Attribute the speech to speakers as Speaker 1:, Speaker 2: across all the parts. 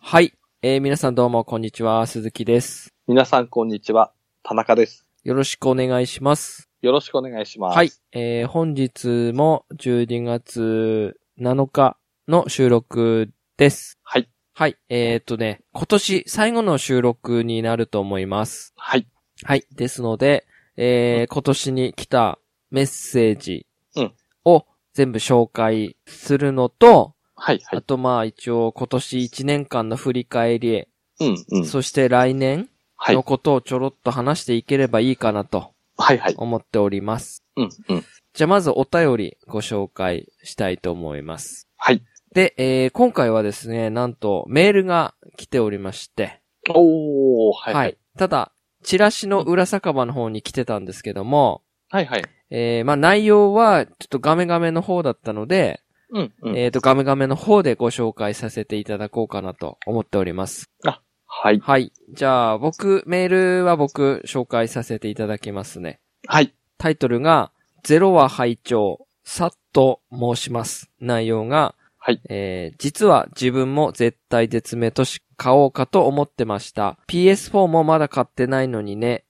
Speaker 1: はい。えー皆さんどうも、こんにちは。鈴木です。
Speaker 2: 皆さん、こんにちは。田中です。
Speaker 1: よろしくお願いします。
Speaker 2: よろしくお願いします。
Speaker 1: はい。。えー本日も12月7日の収録です。
Speaker 2: はい。
Speaker 1: はい。えーっとね、今年最後の収録になると思います。
Speaker 2: はい。
Speaker 1: はい。ですので、えー今年に来たメッセージ
Speaker 2: うん
Speaker 1: を全部紹介するのと、
Speaker 2: はい。は
Speaker 1: あ
Speaker 2: い。
Speaker 1: とまあ一応今年1年間の振り返り、
Speaker 2: うん。うん。
Speaker 1: そして来年、
Speaker 2: はい
Speaker 1: の。ことをちょろっと話していければいいかなと
Speaker 2: はい。はい。
Speaker 1: 思っております。
Speaker 2: うん。うん。
Speaker 1: じゃあまずお便りご紹介したいと思います。
Speaker 2: はい。
Speaker 1: で、えー今回はですね、なんとメールが来ておりまして、
Speaker 2: おー。はい。はい。
Speaker 1: ただ、チラシの裏酒場の方に来てたんですけども、
Speaker 2: はい。はい。
Speaker 1: えーまあ内容はちょっとガメガメの方だったので、
Speaker 2: うん。うん。
Speaker 1: えっ、と、ガメガメの方でご紹介させていただこうかなと思っております。
Speaker 2: はい。
Speaker 1: はい。じゃあ、僕、メールは僕、紹介させていただきますね。
Speaker 2: はい。
Speaker 1: タイトルが、ゼロは拝聴さっと申します。内容が、
Speaker 2: はい
Speaker 1: えー、実は自分も絶対絶命とし、買おうかと思ってました。PS4 もまだ買ってないのにね。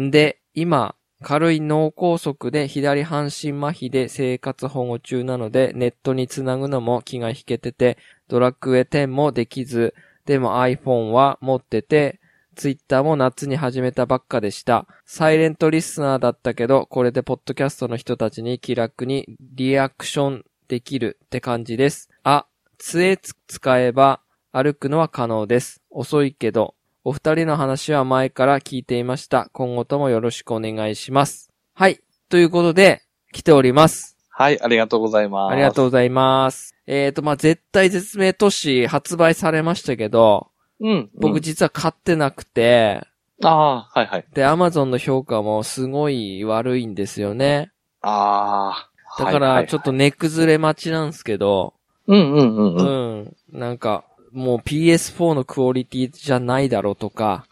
Speaker 1: んで、今、軽い脳梗塞で左半身麻痺で生活保護中なので、ネットにつなぐのも気が引けてて、ドラクエ10もできず、でも iPhone は持ってて、ツイッターも夏に始めたばっかでした。サイレントリスナーだったけど、これでポッドキャストの人たちに気楽にリアクションできるって感じです。あ、杖つ使えば歩くのは可能です。遅いけど、お二人の話は前から聞いていました。今後ともよろしくお願いします。はい。ということで、来ております。
Speaker 2: はい。ありがとうございます。
Speaker 1: ありがとうご
Speaker 2: う。
Speaker 1: ざいます。えーと、まあ、絶対絶命都市発売されましたけど、
Speaker 2: うん。
Speaker 1: 僕、実は買ってなくて、
Speaker 2: あー。はい。はい。
Speaker 1: で、アマゾンの評価もすごい悪いんですよね。
Speaker 2: あ
Speaker 1: だか
Speaker 2: ー。はいは
Speaker 1: ら、
Speaker 2: い
Speaker 1: ちょっと寝崩れ待ちなんですけど、
Speaker 2: うん。うん。うん。うん。
Speaker 1: うん。なんか、もう PS4 のクオリティじゃないだろうと か、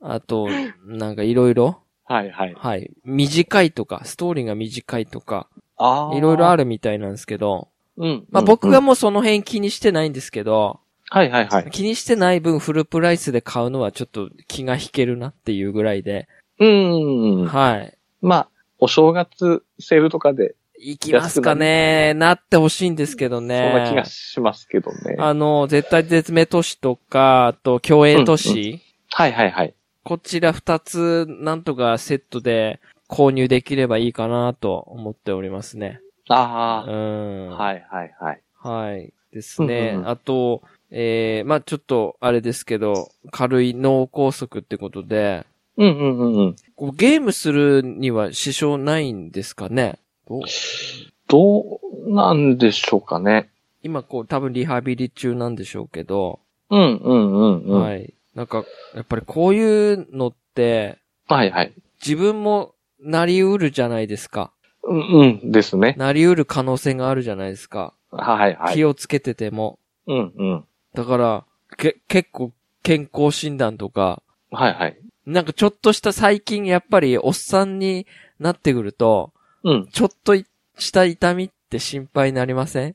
Speaker 1: あと、なんかいろいろ、
Speaker 2: はい。はい。
Speaker 1: はい。短いとか、ストーリーが短いとか、
Speaker 2: あー。
Speaker 1: いろいろあ
Speaker 2: る。
Speaker 1: るみたいなんですけど、
Speaker 2: うん。
Speaker 1: まあ
Speaker 2: うん
Speaker 1: 僕が
Speaker 2: うん
Speaker 1: もうその辺気にしてないんですけど、
Speaker 2: はい。はい。はい。
Speaker 1: 気にしてない分フルプライスで買うのはちょっと気が引けるなっていうぐらいで、
Speaker 2: うん。
Speaker 1: はい。
Speaker 2: まあ、お正月セールとかで、
Speaker 1: 行きますかねなってほしいんですけど
Speaker 2: そんな気が
Speaker 1: ね。
Speaker 2: しますけどね。
Speaker 1: あの、絶対絶命都市とか、あと、競泳都市、
Speaker 2: うんはい。はい。はい。
Speaker 1: こちら二つ、なんとかセットで購入できればいいかなと思っておりますね。う
Speaker 2: あ
Speaker 1: ん。
Speaker 2: ー。はい。はい。はい。
Speaker 1: はい。ですね。
Speaker 2: うんうんうん
Speaker 1: あと、えー、まあちょっと、あれですけど、軽い脳梗塞ってことで、
Speaker 2: うん。うん。うん。うん。
Speaker 1: こうゲームするには支障ないんですかねどう
Speaker 2: どうなんでしょうかね。
Speaker 1: 今こう、多分リハビリ中なんでしょうけど、
Speaker 2: うん、うん、うん、うん。は、
Speaker 1: はいい。なんか、やっぱりこういうのって、
Speaker 2: はい、
Speaker 1: 自分もなりうるじゃないですか。
Speaker 2: うん、うんですね。
Speaker 1: なりうる可能性があるじゃないですか。
Speaker 2: はい、はい。
Speaker 1: 気をつけてても。
Speaker 2: うん、うん。
Speaker 1: だから、け、結構健康診断とか、
Speaker 2: はい、はい。
Speaker 1: なんかちょっとした最近やっぱりおっさんになってくると、
Speaker 2: うん。
Speaker 1: ちょっといした痛みって心配になりません、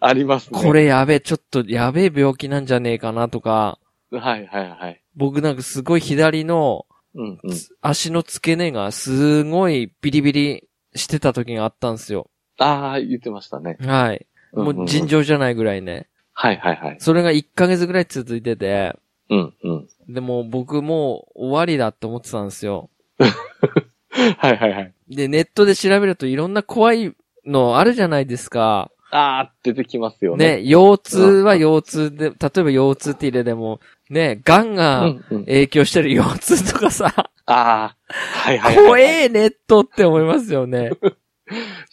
Speaker 2: ありますね。
Speaker 1: こ。れやべえ、ちょっとやべえ病気なんじゃねえかなとか、
Speaker 2: はい、はい、はい。
Speaker 1: 僕なんかすごい左の
Speaker 2: うん、うん。
Speaker 1: 足の付け根がすごいビリビリしてた時があったんですよ。
Speaker 2: ああ、言ってましたね。
Speaker 1: はい。
Speaker 2: ん
Speaker 1: も
Speaker 2: んん
Speaker 1: う尋。常じゃないぐらいね。
Speaker 2: はい、はい、はい。
Speaker 1: それが1ヶ月ぐらい続いてて、
Speaker 2: うん、うん。
Speaker 1: でも僕もう終わりだって思ってたんですよ。
Speaker 2: はい、はい、はい。
Speaker 1: で、ネットで調べるといろんな怖いのあるじゃないですか。
Speaker 2: ああ、出てきますよ
Speaker 1: ね、
Speaker 2: ね。
Speaker 1: 腰痛は腰痛で、例えば腰痛って入れても、ね、癌
Speaker 2: う
Speaker 1: が
Speaker 2: ん、うん。
Speaker 1: 影響してる腰痛とかさ、
Speaker 2: ああ、 はい、はい。
Speaker 1: 怖
Speaker 2: い。
Speaker 1: えネットって思いますよね。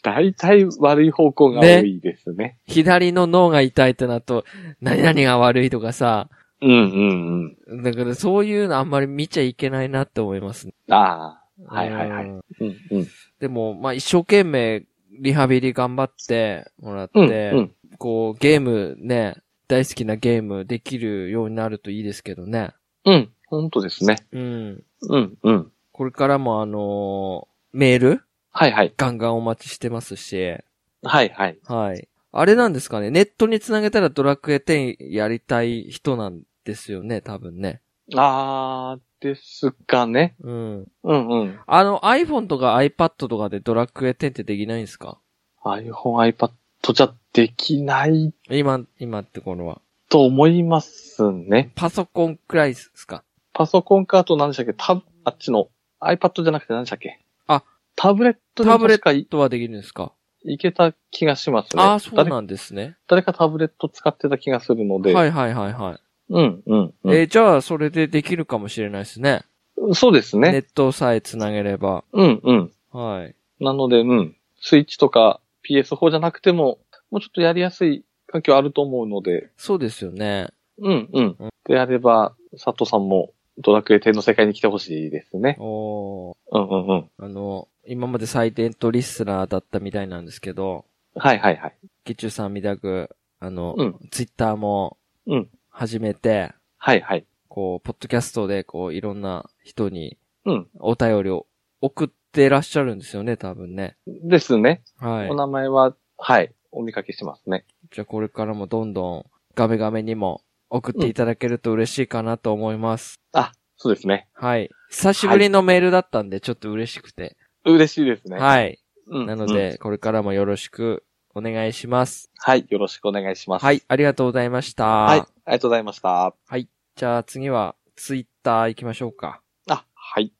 Speaker 2: 大体悪い方向が多いですね。
Speaker 1: 左の脳が痛いってなると、何々が悪いとかさ、
Speaker 2: うん、うん、うん。
Speaker 1: だからそういうのあんまり見ちゃいけないなって思いますね。
Speaker 2: ああ、はい、はい、は
Speaker 1: う
Speaker 2: い。
Speaker 1: ん
Speaker 2: うん、うん。
Speaker 1: でも、まあ一生懸命リハビリ頑張ってもらって、
Speaker 2: うん、うん。
Speaker 1: こうゲームね、大好きなゲームできるようになるといいですけどね。
Speaker 2: うん、本当ですね。
Speaker 1: うん。
Speaker 2: うん、うん。
Speaker 1: これからもあのーメール
Speaker 2: はいはい。
Speaker 1: ガンガンお待ちしてますし、
Speaker 2: はいはい。
Speaker 1: はい。あれなんですかね。ネットにつなげたらドラクエ10やりたい人なんですよね、多分ね。
Speaker 2: あー、ですかね。
Speaker 1: うん。
Speaker 2: うんうん。
Speaker 1: あの iPhone とか iPad とかでドラクエ10ってできないんですか
Speaker 2: iPhone、iPad じゃできない
Speaker 1: 今、今ってこのは。
Speaker 2: と思いますね。
Speaker 1: パソコンくらいですか
Speaker 2: パソコンかあと何でしたっけタブ、あっちの iPad じゃなくて何でしたっけ
Speaker 1: あ、
Speaker 2: タブレットで
Speaker 1: タブレッ
Speaker 2: 確
Speaker 1: ト
Speaker 2: かい
Speaker 1: とはできるんですか
Speaker 2: いけた気がしますね。
Speaker 1: ああ、そう
Speaker 2: 誰
Speaker 1: なんですね。
Speaker 2: 誰かタブレット使ってた気がするので。
Speaker 1: はいはいはいはい。
Speaker 2: うんうん、うん
Speaker 1: えーじゃあ、それでできるかもしれないですね。
Speaker 2: そうです
Speaker 1: ネ
Speaker 2: ね。
Speaker 1: ットさえつなげれば。
Speaker 2: うんうん。
Speaker 1: はい。
Speaker 2: なので、うん。スイッチとか PS4 じゃなくても、もうちょっとやりやすい環境あると思うので、
Speaker 1: そうですよね。
Speaker 2: うんうん
Speaker 1: うん。
Speaker 2: であれば、佐藤さんもドラクエ10の世界に来てほしいですね。
Speaker 1: おー
Speaker 2: うんうんうん。
Speaker 1: あの、今までサイレントリスナーだったみたいなんですけど、
Speaker 2: はいはいはい。
Speaker 1: ゲチュさんみたく、あの、
Speaker 2: うん
Speaker 1: ツイッターも
Speaker 2: うん。
Speaker 1: 始めて、
Speaker 2: はいはい。
Speaker 1: こう、ポッドキャストで、こう、いろんな人に
Speaker 2: うん。
Speaker 1: お便りを送ってらっしゃるんですよね、多分ね。
Speaker 2: ですね。
Speaker 1: はい
Speaker 2: お。名前は、はい。お見かけしますね。
Speaker 1: じゃあこれからもどんどんガメガメにも送っていただけると嬉しいかなと思います。
Speaker 2: あ、そうですね。
Speaker 1: はい。久しぶりのメールだったんでちょっと嬉しくて。
Speaker 2: 嬉しいですね。
Speaker 1: はい。
Speaker 2: い。うん、
Speaker 1: なの
Speaker 2: うん
Speaker 1: で、これからもよろしくお願いします。
Speaker 2: はい。よろしくお願いします。
Speaker 1: はい。。ありがとうございました。
Speaker 2: はい。ありがとうございました。
Speaker 1: じゃあ次はツイッター行きましょうか。
Speaker 2: あ、はい。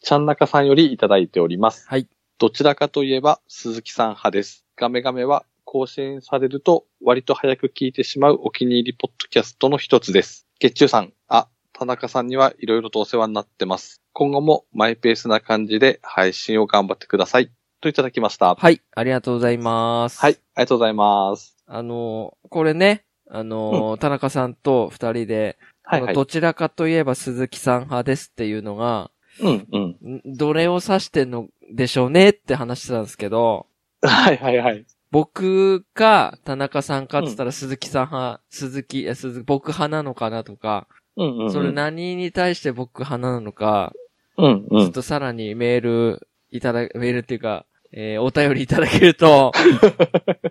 Speaker 2: ちゃんなかさんよりいただいております。
Speaker 1: はい。
Speaker 2: どちらかといえば鈴木さん派です。ガメガメは更新されると割と早く聞いてしまうお気に入りポッドキャストの一つです。月中さん、あ、田中さんにはいろいろとお世話になってます。今後もマイペースな感じで配信を頑張ってください。といただきました。はい。
Speaker 1: はい。ありがとうございます。
Speaker 2: あり。がとうございます。
Speaker 1: あのーこれね、あのー田中さんと二人で、
Speaker 2: はい、
Speaker 1: この
Speaker 2: はい。
Speaker 1: どちらかといえば鈴木さん派ですっていうのが、
Speaker 2: うん、うん。
Speaker 1: んどれを指してんのでしょうねって話してたんですけど、
Speaker 2: はい、はい、はい。
Speaker 1: 僕か田中さんかって言ったら鈴木さん派、鈴木、え、鈴木、僕派なのかなとか、
Speaker 2: うん、うんうん。
Speaker 1: それ何に対して僕派なのか、
Speaker 2: うん、
Speaker 1: ち
Speaker 2: う
Speaker 1: ょっ
Speaker 2: ん。
Speaker 1: とさらにメールいただ、メールっていうか、えーお便りいただける と、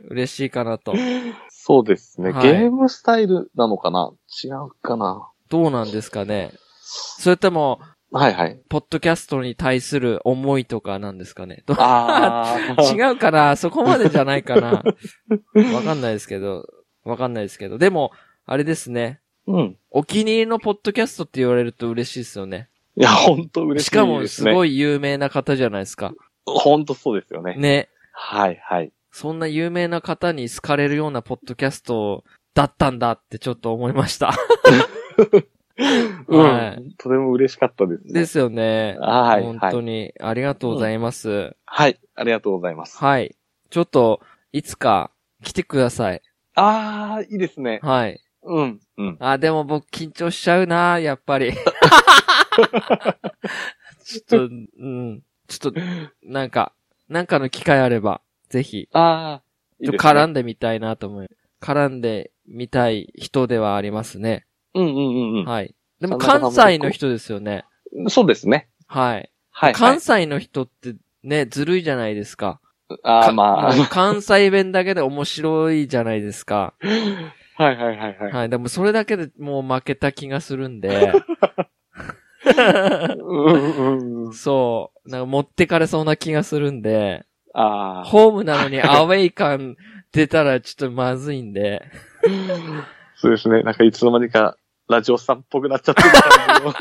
Speaker 1: 嬉しいかなと。
Speaker 2: そうですね。
Speaker 1: はい
Speaker 2: ゲームスタイルなのかな違うかな
Speaker 1: どうなんですかねそれとも、
Speaker 2: はい、はい。
Speaker 1: ポッドキャストに対する思いとかなんですかねどう
Speaker 2: あー。
Speaker 1: 違うかなそこまでじゃないかなわかんないですけど、わかんないですけど。でも、あれですね。
Speaker 2: うん。
Speaker 1: お気に入りのポッドキャストって言われると嬉しいですよね。
Speaker 2: いや、本当嬉しいです
Speaker 1: し
Speaker 2: ね。
Speaker 1: かも、すご
Speaker 2: い。
Speaker 1: い有名な方じゃないですか。
Speaker 2: 本当そうですよね。
Speaker 1: ね。
Speaker 2: はい、はい。
Speaker 1: そんな有名な方に好かれるようなポッドキャストだったんだってちょっと思いま した。
Speaker 2: うん。
Speaker 1: はい
Speaker 2: とても嬉しかったですね。
Speaker 1: ですよね。
Speaker 2: はい、
Speaker 1: 本
Speaker 2: は
Speaker 1: 当
Speaker 2: い。
Speaker 1: に、ありがとうございます。
Speaker 2: はい、ありがとうございます。
Speaker 1: はい。ちょっと、いつか来てください。
Speaker 2: あー、いいですね。
Speaker 1: はい。
Speaker 2: うん。うん。
Speaker 1: あ、でも僕緊張しちゃうな、やっぱり。ちょっと、うん。ちょっと、なんか、なんかの機会あれば、ぜひ、
Speaker 2: あー、
Speaker 1: ち
Speaker 2: いい
Speaker 1: ょっ
Speaker 2: で
Speaker 1: と
Speaker 2: す
Speaker 1: 絡
Speaker 2: ね。
Speaker 1: んでみたいなと思う。絡んでみたい人ではありますね。
Speaker 2: うんうんうん
Speaker 1: はい。でも
Speaker 2: そんな方も
Speaker 1: 関西の人ですよね。
Speaker 2: うん。そうですね。
Speaker 1: はい。
Speaker 2: はい、はい
Speaker 1: 関。西の人ってね、ずるいじゃないですか。
Speaker 2: あ
Speaker 1: か
Speaker 2: ー、まあ。
Speaker 1: もう関西弁だけで面白いじゃないですか。
Speaker 2: はいはいはいはい。
Speaker 1: はい。でもそれだけでもう負けた気がするんで。
Speaker 2: うんうんうん。
Speaker 1: そう。なんか持ってかれそうな気がするんで、
Speaker 2: あー。
Speaker 1: ホームなのにアウェイ感出たらちょっとまずいんで。
Speaker 2: そうですね。なんかいつの間にか、ラジオさんっぽくなっちゃってる感 じの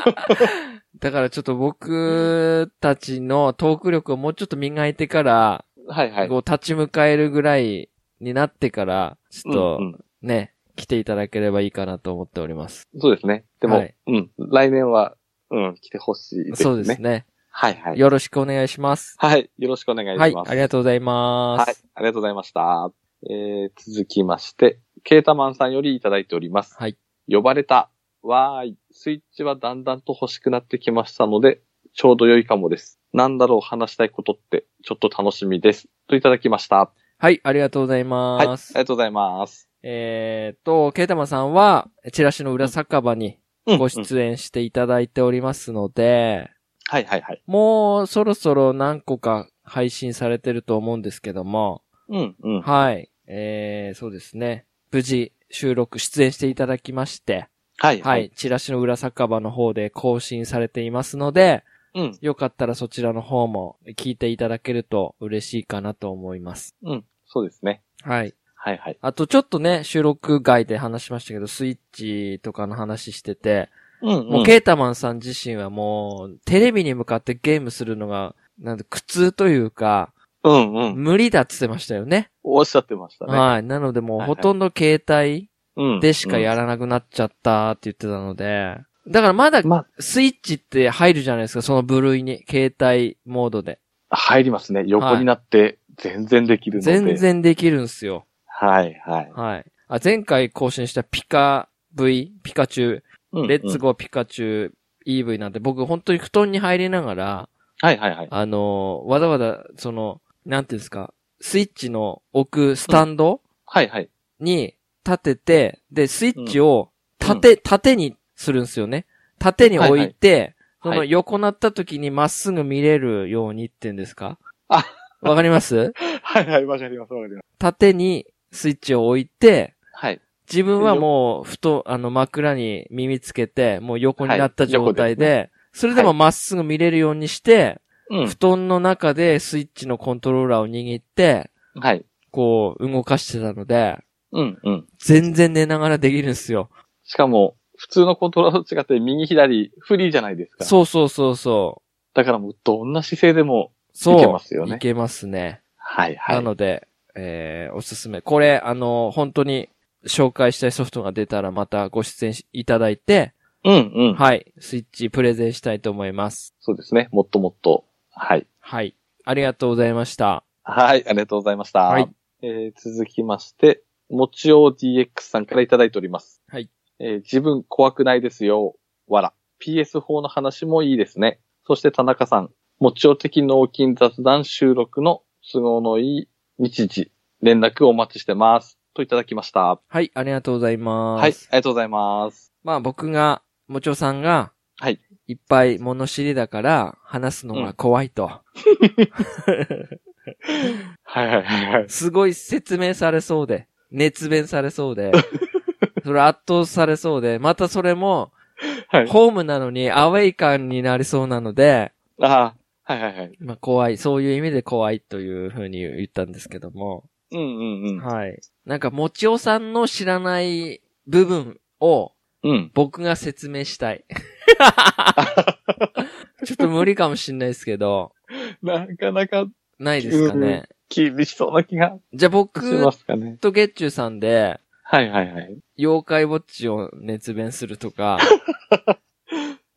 Speaker 1: だからちょっと僕たちのトーク力をもうちょっと磨いてから、
Speaker 2: はいはい。
Speaker 1: こう立ち向かえるぐらいになってから、ちょっ
Speaker 2: うんうん
Speaker 1: とね、来ていただければいいかなと思っております。
Speaker 2: そうですね。でも、
Speaker 1: はい
Speaker 2: うん。来年は、うん、来てほしいですね。
Speaker 1: そうですね。
Speaker 2: はいはい。
Speaker 1: よろしくお願いします。
Speaker 2: はい。よろしくお願いしま
Speaker 1: はい
Speaker 2: す。。
Speaker 1: ありがとうございま
Speaker 2: はい
Speaker 1: す。。
Speaker 2: ありがとうございました。えー、続きまして、ケータマンさんよりいただいております。
Speaker 1: はい。
Speaker 2: 呼ばれた。わーい。スイッチはだんだんと欲しくなってきましたので、ちょうど良いかもです。なんだろう話したいことって、ちょっと楽しみです。といただきました。
Speaker 1: はい。ありがとうござい
Speaker 2: はい。あ
Speaker 1: ま
Speaker 2: り
Speaker 1: す。
Speaker 2: がとうございます。
Speaker 1: えーっと、ケイタマさんは、チラシの裏酒場に
Speaker 2: うん
Speaker 1: ご
Speaker 2: うん
Speaker 1: 出演していただいておりますので、
Speaker 2: はいはいはい。
Speaker 1: もうそろそろ何個か配信されてると思うんですけども、
Speaker 2: うんうん。
Speaker 1: はい。えー、そうですね。無事収録、出演していただきまして、
Speaker 2: はい。
Speaker 1: はい、。チラシの裏酒場の方で更新されていますので、
Speaker 2: うん。
Speaker 1: よかったらそちらの方も聞いていただけると嬉しいかなと思います。
Speaker 2: うん。そうですね。
Speaker 1: はい。
Speaker 2: はいはい。
Speaker 1: あとちょっとね、収録外で話しましたけど、スイッチとかの話してて、
Speaker 2: うん、
Speaker 1: もうケータマンさん自身はもう、テレビに向かってゲームするのが、なんて苦痛というか、
Speaker 2: うんうん。
Speaker 1: 無理だって言ってましたよね。
Speaker 2: おっしゃってましたね。
Speaker 1: はい。なのでもう
Speaker 2: はいは
Speaker 1: ほ
Speaker 2: い
Speaker 1: とんど携帯
Speaker 2: うん。
Speaker 1: でしかや
Speaker 2: ら、
Speaker 1: らなくなっちゃったって言ってたので、だからまだ
Speaker 2: ま
Speaker 1: スイッチって入るじゃないですか、その部類に。携帯モードで。
Speaker 2: あ、入りますね。横になって、全然できるので。
Speaker 1: 全。然できるんすよ。
Speaker 2: はいはい。
Speaker 1: はい。あ、前回更新したピカ V、ピカチュ
Speaker 2: うん
Speaker 1: ウ、レッツゴーピカチュウ EV なんて僕本当に布団に入りながら、
Speaker 2: はいはいはい。
Speaker 1: あのーわざわざ、その、なんていうんですか、スイッチの置くスタンド
Speaker 2: はいはい。
Speaker 1: に立てて、で、スイッチを縦、縦にするんですよね。縦に置いて、
Speaker 2: はいはい
Speaker 1: その
Speaker 2: はい
Speaker 1: 横なった時にまっすぐ見れるようにっていうんですか
Speaker 2: あ
Speaker 1: わかります
Speaker 2: はいはい、わかりますわかります。
Speaker 1: 縦にスイッチを置いて、
Speaker 2: はい。
Speaker 1: 自分はもう、ふと、あの、枕に耳つけて、もう横になった
Speaker 2: はい
Speaker 1: 状態で、
Speaker 2: 横
Speaker 1: それでもまっすぐ見れるようにして、
Speaker 2: う
Speaker 1: 布団の中でスイッチのコントローラーを握って、
Speaker 2: ん。はい。
Speaker 1: こう、動かしてたので、
Speaker 2: うんうん。
Speaker 1: 全然寝ながらできるんですよ。
Speaker 2: しかも、普通のコントローラーと違って右左フリーじゃないですか。
Speaker 1: そうそうそうそう。
Speaker 2: だからもうどんな姿勢でも、
Speaker 1: そう。
Speaker 2: いけますよね
Speaker 1: いけますね。
Speaker 2: はいはい。
Speaker 1: なので、えー、おすすめ。これ、あの、本当に、紹介したいソフトが出たらまたご出演しいただいて、
Speaker 2: うんうん。
Speaker 1: はい、スイッチプレゼンしたいと思います。
Speaker 2: そうですね。もっともっと。はい。
Speaker 1: はい。ありがとうございました。
Speaker 2: はい、ありがとうございました。
Speaker 1: はい
Speaker 2: えー続きまして、もちお DX さんからいただいております。
Speaker 1: はい。
Speaker 2: えー自分怖くないですよ。わら。PS4 の話もいいですね。そして田中さん、もちお的脳筋雑談収録の都合のいい日時、連絡をお待ちしてます。といただきました。
Speaker 1: はい、ありがとうございます。
Speaker 2: はい、ありがとうございます。
Speaker 1: まあ僕が、もちおさんが、
Speaker 2: はい。
Speaker 1: いっぱい物知りだから、話すのが怖いと。
Speaker 2: はいはいはいはい。
Speaker 1: すごい説明されそうで、熱弁されそう で、それ圧倒されそうで、またそれも、
Speaker 2: はい
Speaker 1: ホームなのにアウェイ感になりそうなので、
Speaker 2: ああ、はいはいはい。
Speaker 1: まあ怖い、そういう意味で怖いというふうに言ったんですけども、
Speaker 2: うんうんうん。
Speaker 1: はい。なんか、もちおさんの知らない部分を、
Speaker 2: うん。
Speaker 1: 僕が説明した い。ちょっと無理かもしんないですけど、
Speaker 2: なかなか
Speaker 1: ないですかね。
Speaker 2: 厳しそうな気が
Speaker 1: じゃあ
Speaker 2: し
Speaker 1: 僕
Speaker 2: ますかね。
Speaker 1: とゲッチュさんで、
Speaker 2: はいはいはい。
Speaker 1: 妖怪ウォッチを熱弁すると か、
Speaker 2: あ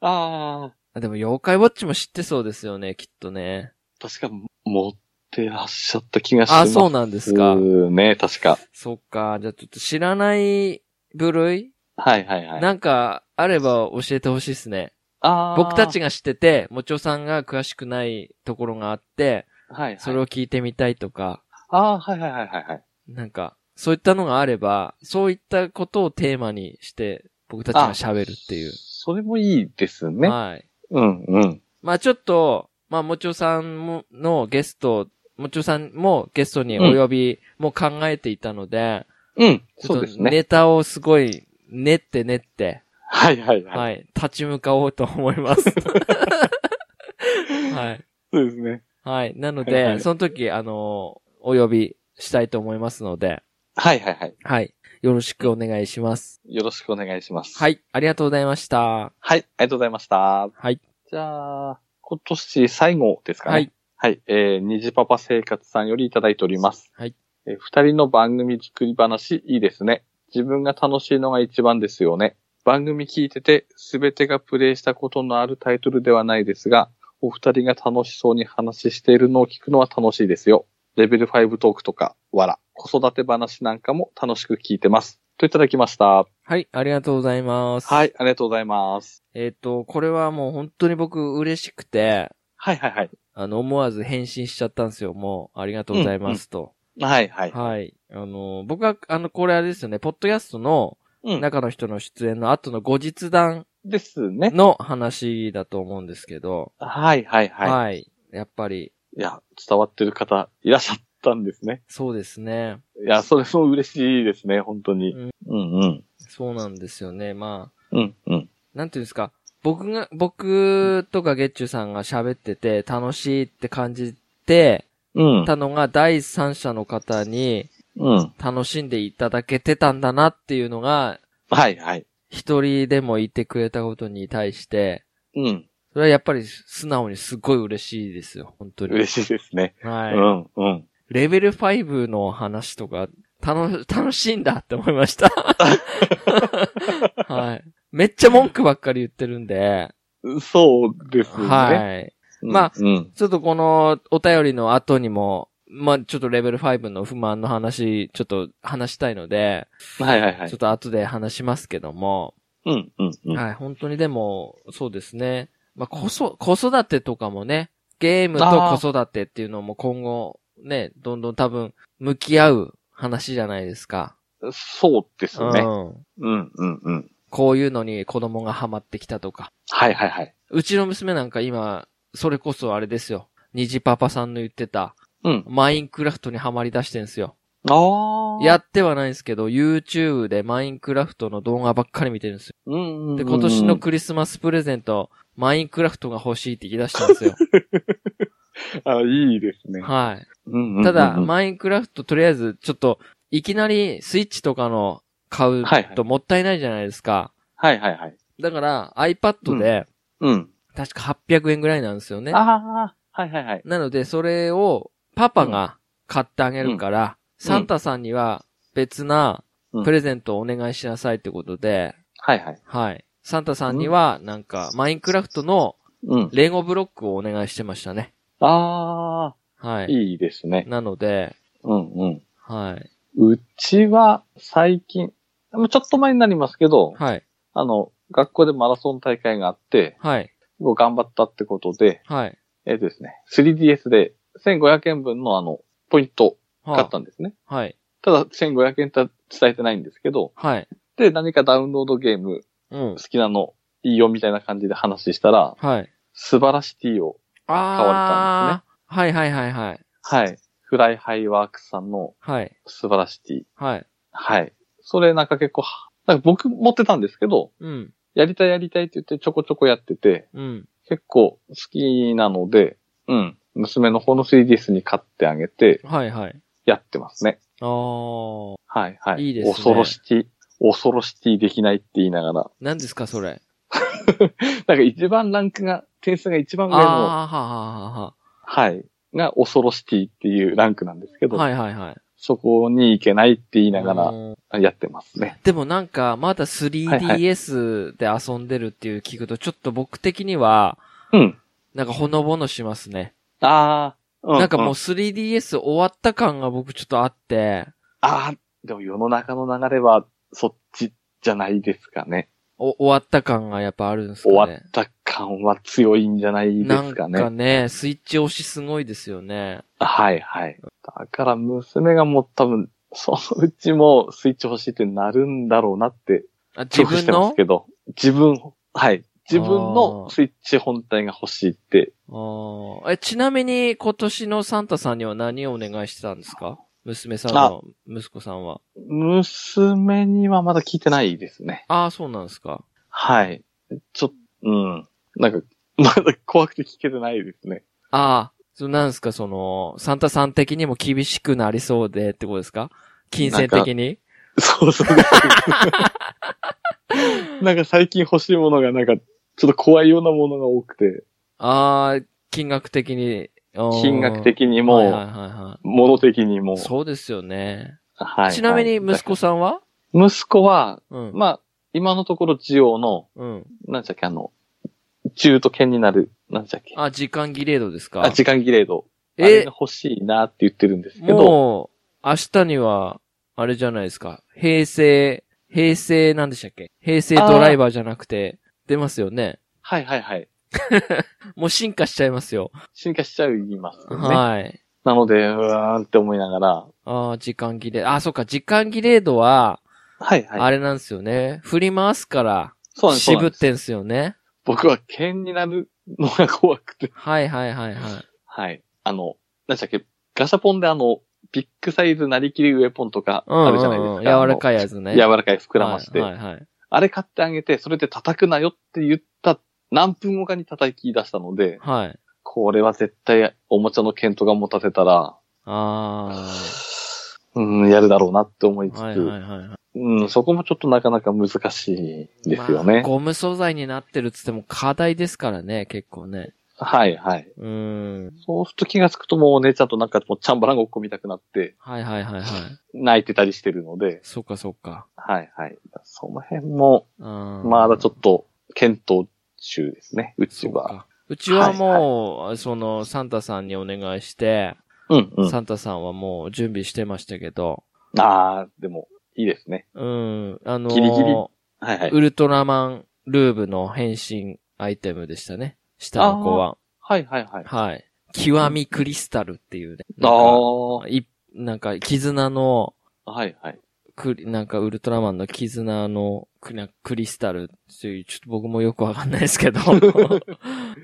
Speaker 2: あ、
Speaker 1: あでも妖怪ウォッチも知ってそうですよね、きっとね。
Speaker 2: 確か持ってらっしゃった気がしま
Speaker 1: あ、
Speaker 2: す。
Speaker 1: そう
Speaker 2: で
Speaker 1: なんですか。
Speaker 2: ね、確か。
Speaker 1: そっか。じゃあちょっと知らない部類、
Speaker 2: はいはいはい。
Speaker 1: なんかあれば教えてほしいですね。
Speaker 2: あー
Speaker 1: 僕たち、が知ってて、もちおさんが詳しくないところがあって、
Speaker 2: はい、はい。
Speaker 1: それを聞いてみたいとか、
Speaker 2: ああ、はいはいはいはいはい。
Speaker 1: なんか、そういったのがあれば、そういったことをテーマにして、僕たちが喋るっていう。
Speaker 2: それもいいですね。
Speaker 1: はい。
Speaker 2: うんうん。
Speaker 1: まあちょっと、まあもちおさんものゲスト、もちおさんもゲストにお呼びも考えていたので、
Speaker 2: うん、
Speaker 1: ちょ
Speaker 2: そう
Speaker 1: っ
Speaker 2: で
Speaker 1: と
Speaker 2: すね。
Speaker 1: ネタをすごい練って練って、
Speaker 2: はいはいはい。
Speaker 1: はい、立ち向かおうと思います。 はい。
Speaker 2: そうですね。
Speaker 1: はい。なの
Speaker 2: はいは
Speaker 1: で、
Speaker 2: い
Speaker 1: その時、あの、お呼びしたいと思いますので、
Speaker 2: はいはいはい。
Speaker 1: はい。よろしくお願いします。
Speaker 2: よろしくお願いします。
Speaker 1: はい、ありがとうございました。
Speaker 2: はい、ありがとうございました。
Speaker 1: はい。
Speaker 2: じゃあ、今年最後ですかね。
Speaker 1: はい。
Speaker 2: はい。えー、虹パパ生活さんよりいただいております。
Speaker 1: はい。
Speaker 2: えー二人の番組作り話、いいですね。自分が楽しいのが一番ですよね。番組聞いてて、すべてがプレイしたことのあるタイトルではないですが、お二人が楽しそうに話しているのを聞くのは楽しいですよ。レベル5トークとか、わら、子育て話なんかも楽しく聞いてます。といただきました。
Speaker 1: はい、ありがとうございます。
Speaker 2: は。い、ありがとうございます。
Speaker 1: えっ、と、これはもう本当に僕嬉しくて、
Speaker 2: はいはいはい。
Speaker 1: あの、思わず返信しちゃったんですよ。もう、ありがとうございますと。
Speaker 2: はいはい。
Speaker 1: はい。あの、僕は、あの、これあれですよね、ポッドキャストの
Speaker 2: うん。
Speaker 1: 中の人の出演の後の後日談
Speaker 2: ですね。
Speaker 1: の話だと思うんですけど、
Speaker 2: はいはいはい。
Speaker 1: はい。やっぱり、
Speaker 2: いや、伝わってる方いらっしゃったんですね。
Speaker 1: そうですね。
Speaker 2: いや、それも嬉しいですね、本当に。
Speaker 1: うん
Speaker 2: うんうん。
Speaker 1: そうなんですよね。まあ、
Speaker 2: うんうん。
Speaker 1: なんていうんですか。僕が、僕とかゲッチュさんが喋ってて楽しいって感じて
Speaker 2: うん。
Speaker 1: たのが第三者の方に
Speaker 2: うん。
Speaker 1: 楽しんでいただけてたんだなっていうのが
Speaker 2: はいはい。
Speaker 1: 一人でもいてくれたことに対して、
Speaker 2: うん。
Speaker 1: それはやっぱり素直にすごい嬉しいですよ。本当に。
Speaker 2: 嬉しいですね。
Speaker 1: はい。
Speaker 2: うんうん。
Speaker 1: レベル5の話とか、楽、 楽しいんだって思いま した。はい。めっちゃ文句ばっかり言ってるんで、
Speaker 2: そうですね。
Speaker 1: はい。
Speaker 2: うん
Speaker 1: まあ
Speaker 2: うん。
Speaker 1: ちょっとこのお便りの後にも、まあ、ちょっとレベル5の不満の話、ちょっと話したいので、
Speaker 2: はいはいはい
Speaker 1: ちょっ。と後で話しますけども、
Speaker 2: うんうんうん。
Speaker 1: はい、本当にでも、そうですね。まあ、こそ、子育てとかもね、ゲームと子育てっていうのも今後、ね、どんどん多分、向き合う話じゃないですか。
Speaker 2: そうです
Speaker 1: う
Speaker 2: ね。
Speaker 1: ん。
Speaker 2: うんうんうん。
Speaker 1: こういうのに子供がハマってきたとか。
Speaker 2: はいはいはい。
Speaker 1: うちの娘なんか今、それこそあれですよ。虹パパさんの言ってた、
Speaker 2: うん。
Speaker 1: マインクラフトにハマり出してんすよ。
Speaker 2: ああ。
Speaker 1: や、ってはないんですけど、YouTube でマインクラフトの動画ばっかり見てるんですよ。
Speaker 2: うんうんうん。
Speaker 1: で、今年のクリスマスプレゼント、マインクラフトが欲しいって言い出したんですよ。
Speaker 2: あ、いいですね。
Speaker 1: はい。
Speaker 2: うんうんうん
Speaker 1: ただ、マインクラフトとりあえず、ちょっと、いきなりスイッチとかの買う
Speaker 2: はいはい
Speaker 1: ともったいないじゃないですか。
Speaker 2: はいはいはい。
Speaker 1: だから、iPad で、
Speaker 2: うん。
Speaker 1: 確か800円ぐらいなんですよね。
Speaker 2: ああ、はいはいはい。
Speaker 1: なので、それを、パパが買ってあげるから、
Speaker 2: うん
Speaker 1: サンタさんには別な
Speaker 2: うん
Speaker 1: プレゼントをお願いしなさいってことで、
Speaker 2: はいはい。
Speaker 1: はい。サンタさんには、なんか、マインクラフトの
Speaker 2: うん。
Speaker 1: レゴブロックをお願いしてましたね。
Speaker 2: あ
Speaker 1: は
Speaker 2: あ、
Speaker 1: い。
Speaker 2: いいですね。
Speaker 1: なので、
Speaker 2: うんうん。
Speaker 1: はい。
Speaker 2: うちは最近、もうちょっと前になりますけど、
Speaker 1: はい。
Speaker 2: あの、学校でマラソン大会があって、
Speaker 1: はい。
Speaker 2: もう頑張ったってことで、
Speaker 1: はい。
Speaker 2: えっとですね、3DS で1500円分のあの、ポイント買っ
Speaker 1: は
Speaker 2: たんですね。
Speaker 1: あ、はい。
Speaker 2: ただ、1500円た伝えてないんですけど、
Speaker 1: はい。
Speaker 2: で、何かダウンロードゲーム
Speaker 1: うん
Speaker 2: 好。きなのいいよみたいな感じで話したら、
Speaker 1: はい。
Speaker 2: 素晴らしティを、わ
Speaker 1: ああ、はいはいはいはい。
Speaker 2: はい、フライハイワークスさんの
Speaker 1: はい。
Speaker 2: 素晴らしティ
Speaker 1: はい。
Speaker 2: はい。それなんか結構、はなんか僕持ってたんですけど、
Speaker 1: うん。
Speaker 2: やりたいやりたいって言ってちょこちょこやってて、
Speaker 1: うん。
Speaker 2: 結構好きなので、うん。娘の方の 3DS に買ってあげて、
Speaker 1: はいはい。
Speaker 2: やってますね。
Speaker 1: ああ、
Speaker 2: はいはい。
Speaker 1: いいですね
Speaker 2: 恐ろしき、恐ろしきできないって言いながら。
Speaker 1: 何ですかそれ。
Speaker 2: なんか一番ランクが、点数が一番
Speaker 1: あ
Speaker 2: 上の、
Speaker 1: あ、は
Speaker 2: はい。が恐ろしきっていうランクなんですけ
Speaker 1: は
Speaker 2: ど、
Speaker 1: はは。はいはいはい。
Speaker 2: そこに行けないって言いな
Speaker 1: う
Speaker 2: が
Speaker 1: ん
Speaker 2: らやってますね。
Speaker 1: でもなんか、まだ
Speaker 2: はいは
Speaker 1: 3DS で遊んでるっていう聞くと、ちょっと僕的には、
Speaker 2: うん。
Speaker 1: なんかほのぼのしますね。
Speaker 2: ああ、
Speaker 1: なんかもう
Speaker 2: う、
Speaker 1: 3DS 終わった感が僕ちょっとあって、
Speaker 2: ああ、でも世の中の流れはそっちじゃないですかね。
Speaker 1: お終わった感がやっぱあるんですか
Speaker 2: 終
Speaker 1: ね。
Speaker 2: わった感は強いんじゃないですかね。
Speaker 1: なんかね、スイッチ押しすごいですよね。
Speaker 2: はいはい。だから娘がもう多分、そのうちもスイッチ欲しいってなるんだろうなって、
Speaker 1: あ自
Speaker 2: 自負
Speaker 1: 分
Speaker 2: してます
Speaker 1: の
Speaker 2: けど、自分、はい。自分のスイッチ本体が欲しいって、
Speaker 1: あーえちなみに今年のサンタさんには何をお願いしてたんですか娘さんの息子さんは。
Speaker 2: 娘にはまだ聞いてないですね。
Speaker 1: ああ、そうなんですか。
Speaker 2: はい。ちょっと、うん。なんか、まだ怖くて聞けてないですね。
Speaker 1: ああ、そうなんですか、その、サンタさん的にも厳しくなりそうでってことですか金銭的に
Speaker 2: そ うそう。なんか最近欲しいものがなんか、ちょっと怖いようなものが多くて、
Speaker 1: ああ、金額的に。あー
Speaker 2: 金額的に
Speaker 1: はいはい
Speaker 2: も、
Speaker 1: はいは
Speaker 2: 物的にも
Speaker 1: い。。そうですよね。
Speaker 2: はい
Speaker 1: ちなみに息子
Speaker 2: だか
Speaker 1: さんは
Speaker 2: ら息子は、
Speaker 1: うん。
Speaker 2: まあ、今のところジオの、
Speaker 1: うん。
Speaker 2: なんじゃっけ、あの、中途犬になる、なんじゃっけ。
Speaker 1: あ、時間切れ度ですか
Speaker 2: あ、時間切れ度。あれ
Speaker 1: え
Speaker 2: が、欲しいなって言ってるんですけど、
Speaker 1: もう、明日には、あれじゃないですか。平成、平成なんでしたっけ平成ドライバーじゃなくて、出ますよね。
Speaker 2: はいはいはい。
Speaker 1: もう進化しちゃいますよ。
Speaker 2: 進化しちゃいますよね。
Speaker 1: はい。
Speaker 2: なので、うーんって思いながら、
Speaker 1: ああ、時間切れ。あ、そっか、時間切れ度は、
Speaker 2: はいはい。
Speaker 1: あれなんですよね。振り回すから、
Speaker 2: そうなんです。そうな
Speaker 1: 渋
Speaker 2: ん
Speaker 1: っ
Speaker 2: です
Speaker 1: てんすよね。
Speaker 2: 僕は剣になるのが怖くて。
Speaker 1: はいはいはいはい。
Speaker 2: はい。あの、なんでしたっけ、ガシャポンであの、ビッグサイズなりきりウェポンとか
Speaker 1: うんうんうん
Speaker 2: あるじゃないですか。
Speaker 1: 柔らかいやつ
Speaker 2: あ
Speaker 1: ね。
Speaker 2: の柔らかい膨らまして、
Speaker 1: はいはいはい。
Speaker 2: あれ買ってあげて、それで叩くなよって言った何分後かに叩き出したので、
Speaker 1: はい。
Speaker 2: これは絶対おもちゃの検討が持たせたら、
Speaker 1: あ
Speaker 2: うん、やるだろうなって思いつつ、
Speaker 1: あ。はいはいはいは
Speaker 2: うん、そこもちょっとなかなか難しいん
Speaker 1: い。
Speaker 2: ですよね
Speaker 1: まあ。ゴム素材になってるっつっても課題ですからね、結構ね。
Speaker 2: はいはい。
Speaker 1: うーん。
Speaker 2: そうすると気がつくともうお姉ちゃんとなんかもうチャンバランごっこ見たくなって
Speaker 1: はいはいはいはい。
Speaker 2: 泣いてたりしてるので、
Speaker 1: そっかそっか。
Speaker 2: はいはい。その辺も、
Speaker 1: ま
Speaker 2: まだちょっと検討中ですね、うちは。。
Speaker 1: うちはもう、その、サンタさんにお願いして、
Speaker 2: うんうん。
Speaker 1: サンタさんはもう準備してましたけど、
Speaker 2: ああ、でも、いいですね。
Speaker 1: うん、あのー
Speaker 2: ギリギリはいはい。
Speaker 1: ウルトラマンルーブの変身アイテムでしたね。下の子は。
Speaker 2: はいはいはい。
Speaker 1: はい。極みクリスタルっていうね。なん
Speaker 2: あ
Speaker 1: か
Speaker 2: あ、はい
Speaker 1: なんか、絆の、
Speaker 2: い
Speaker 1: クリなんかウルトラマンの絆のクなクリスタルっていう、ちょっと僕もよくわかんないですけ ど。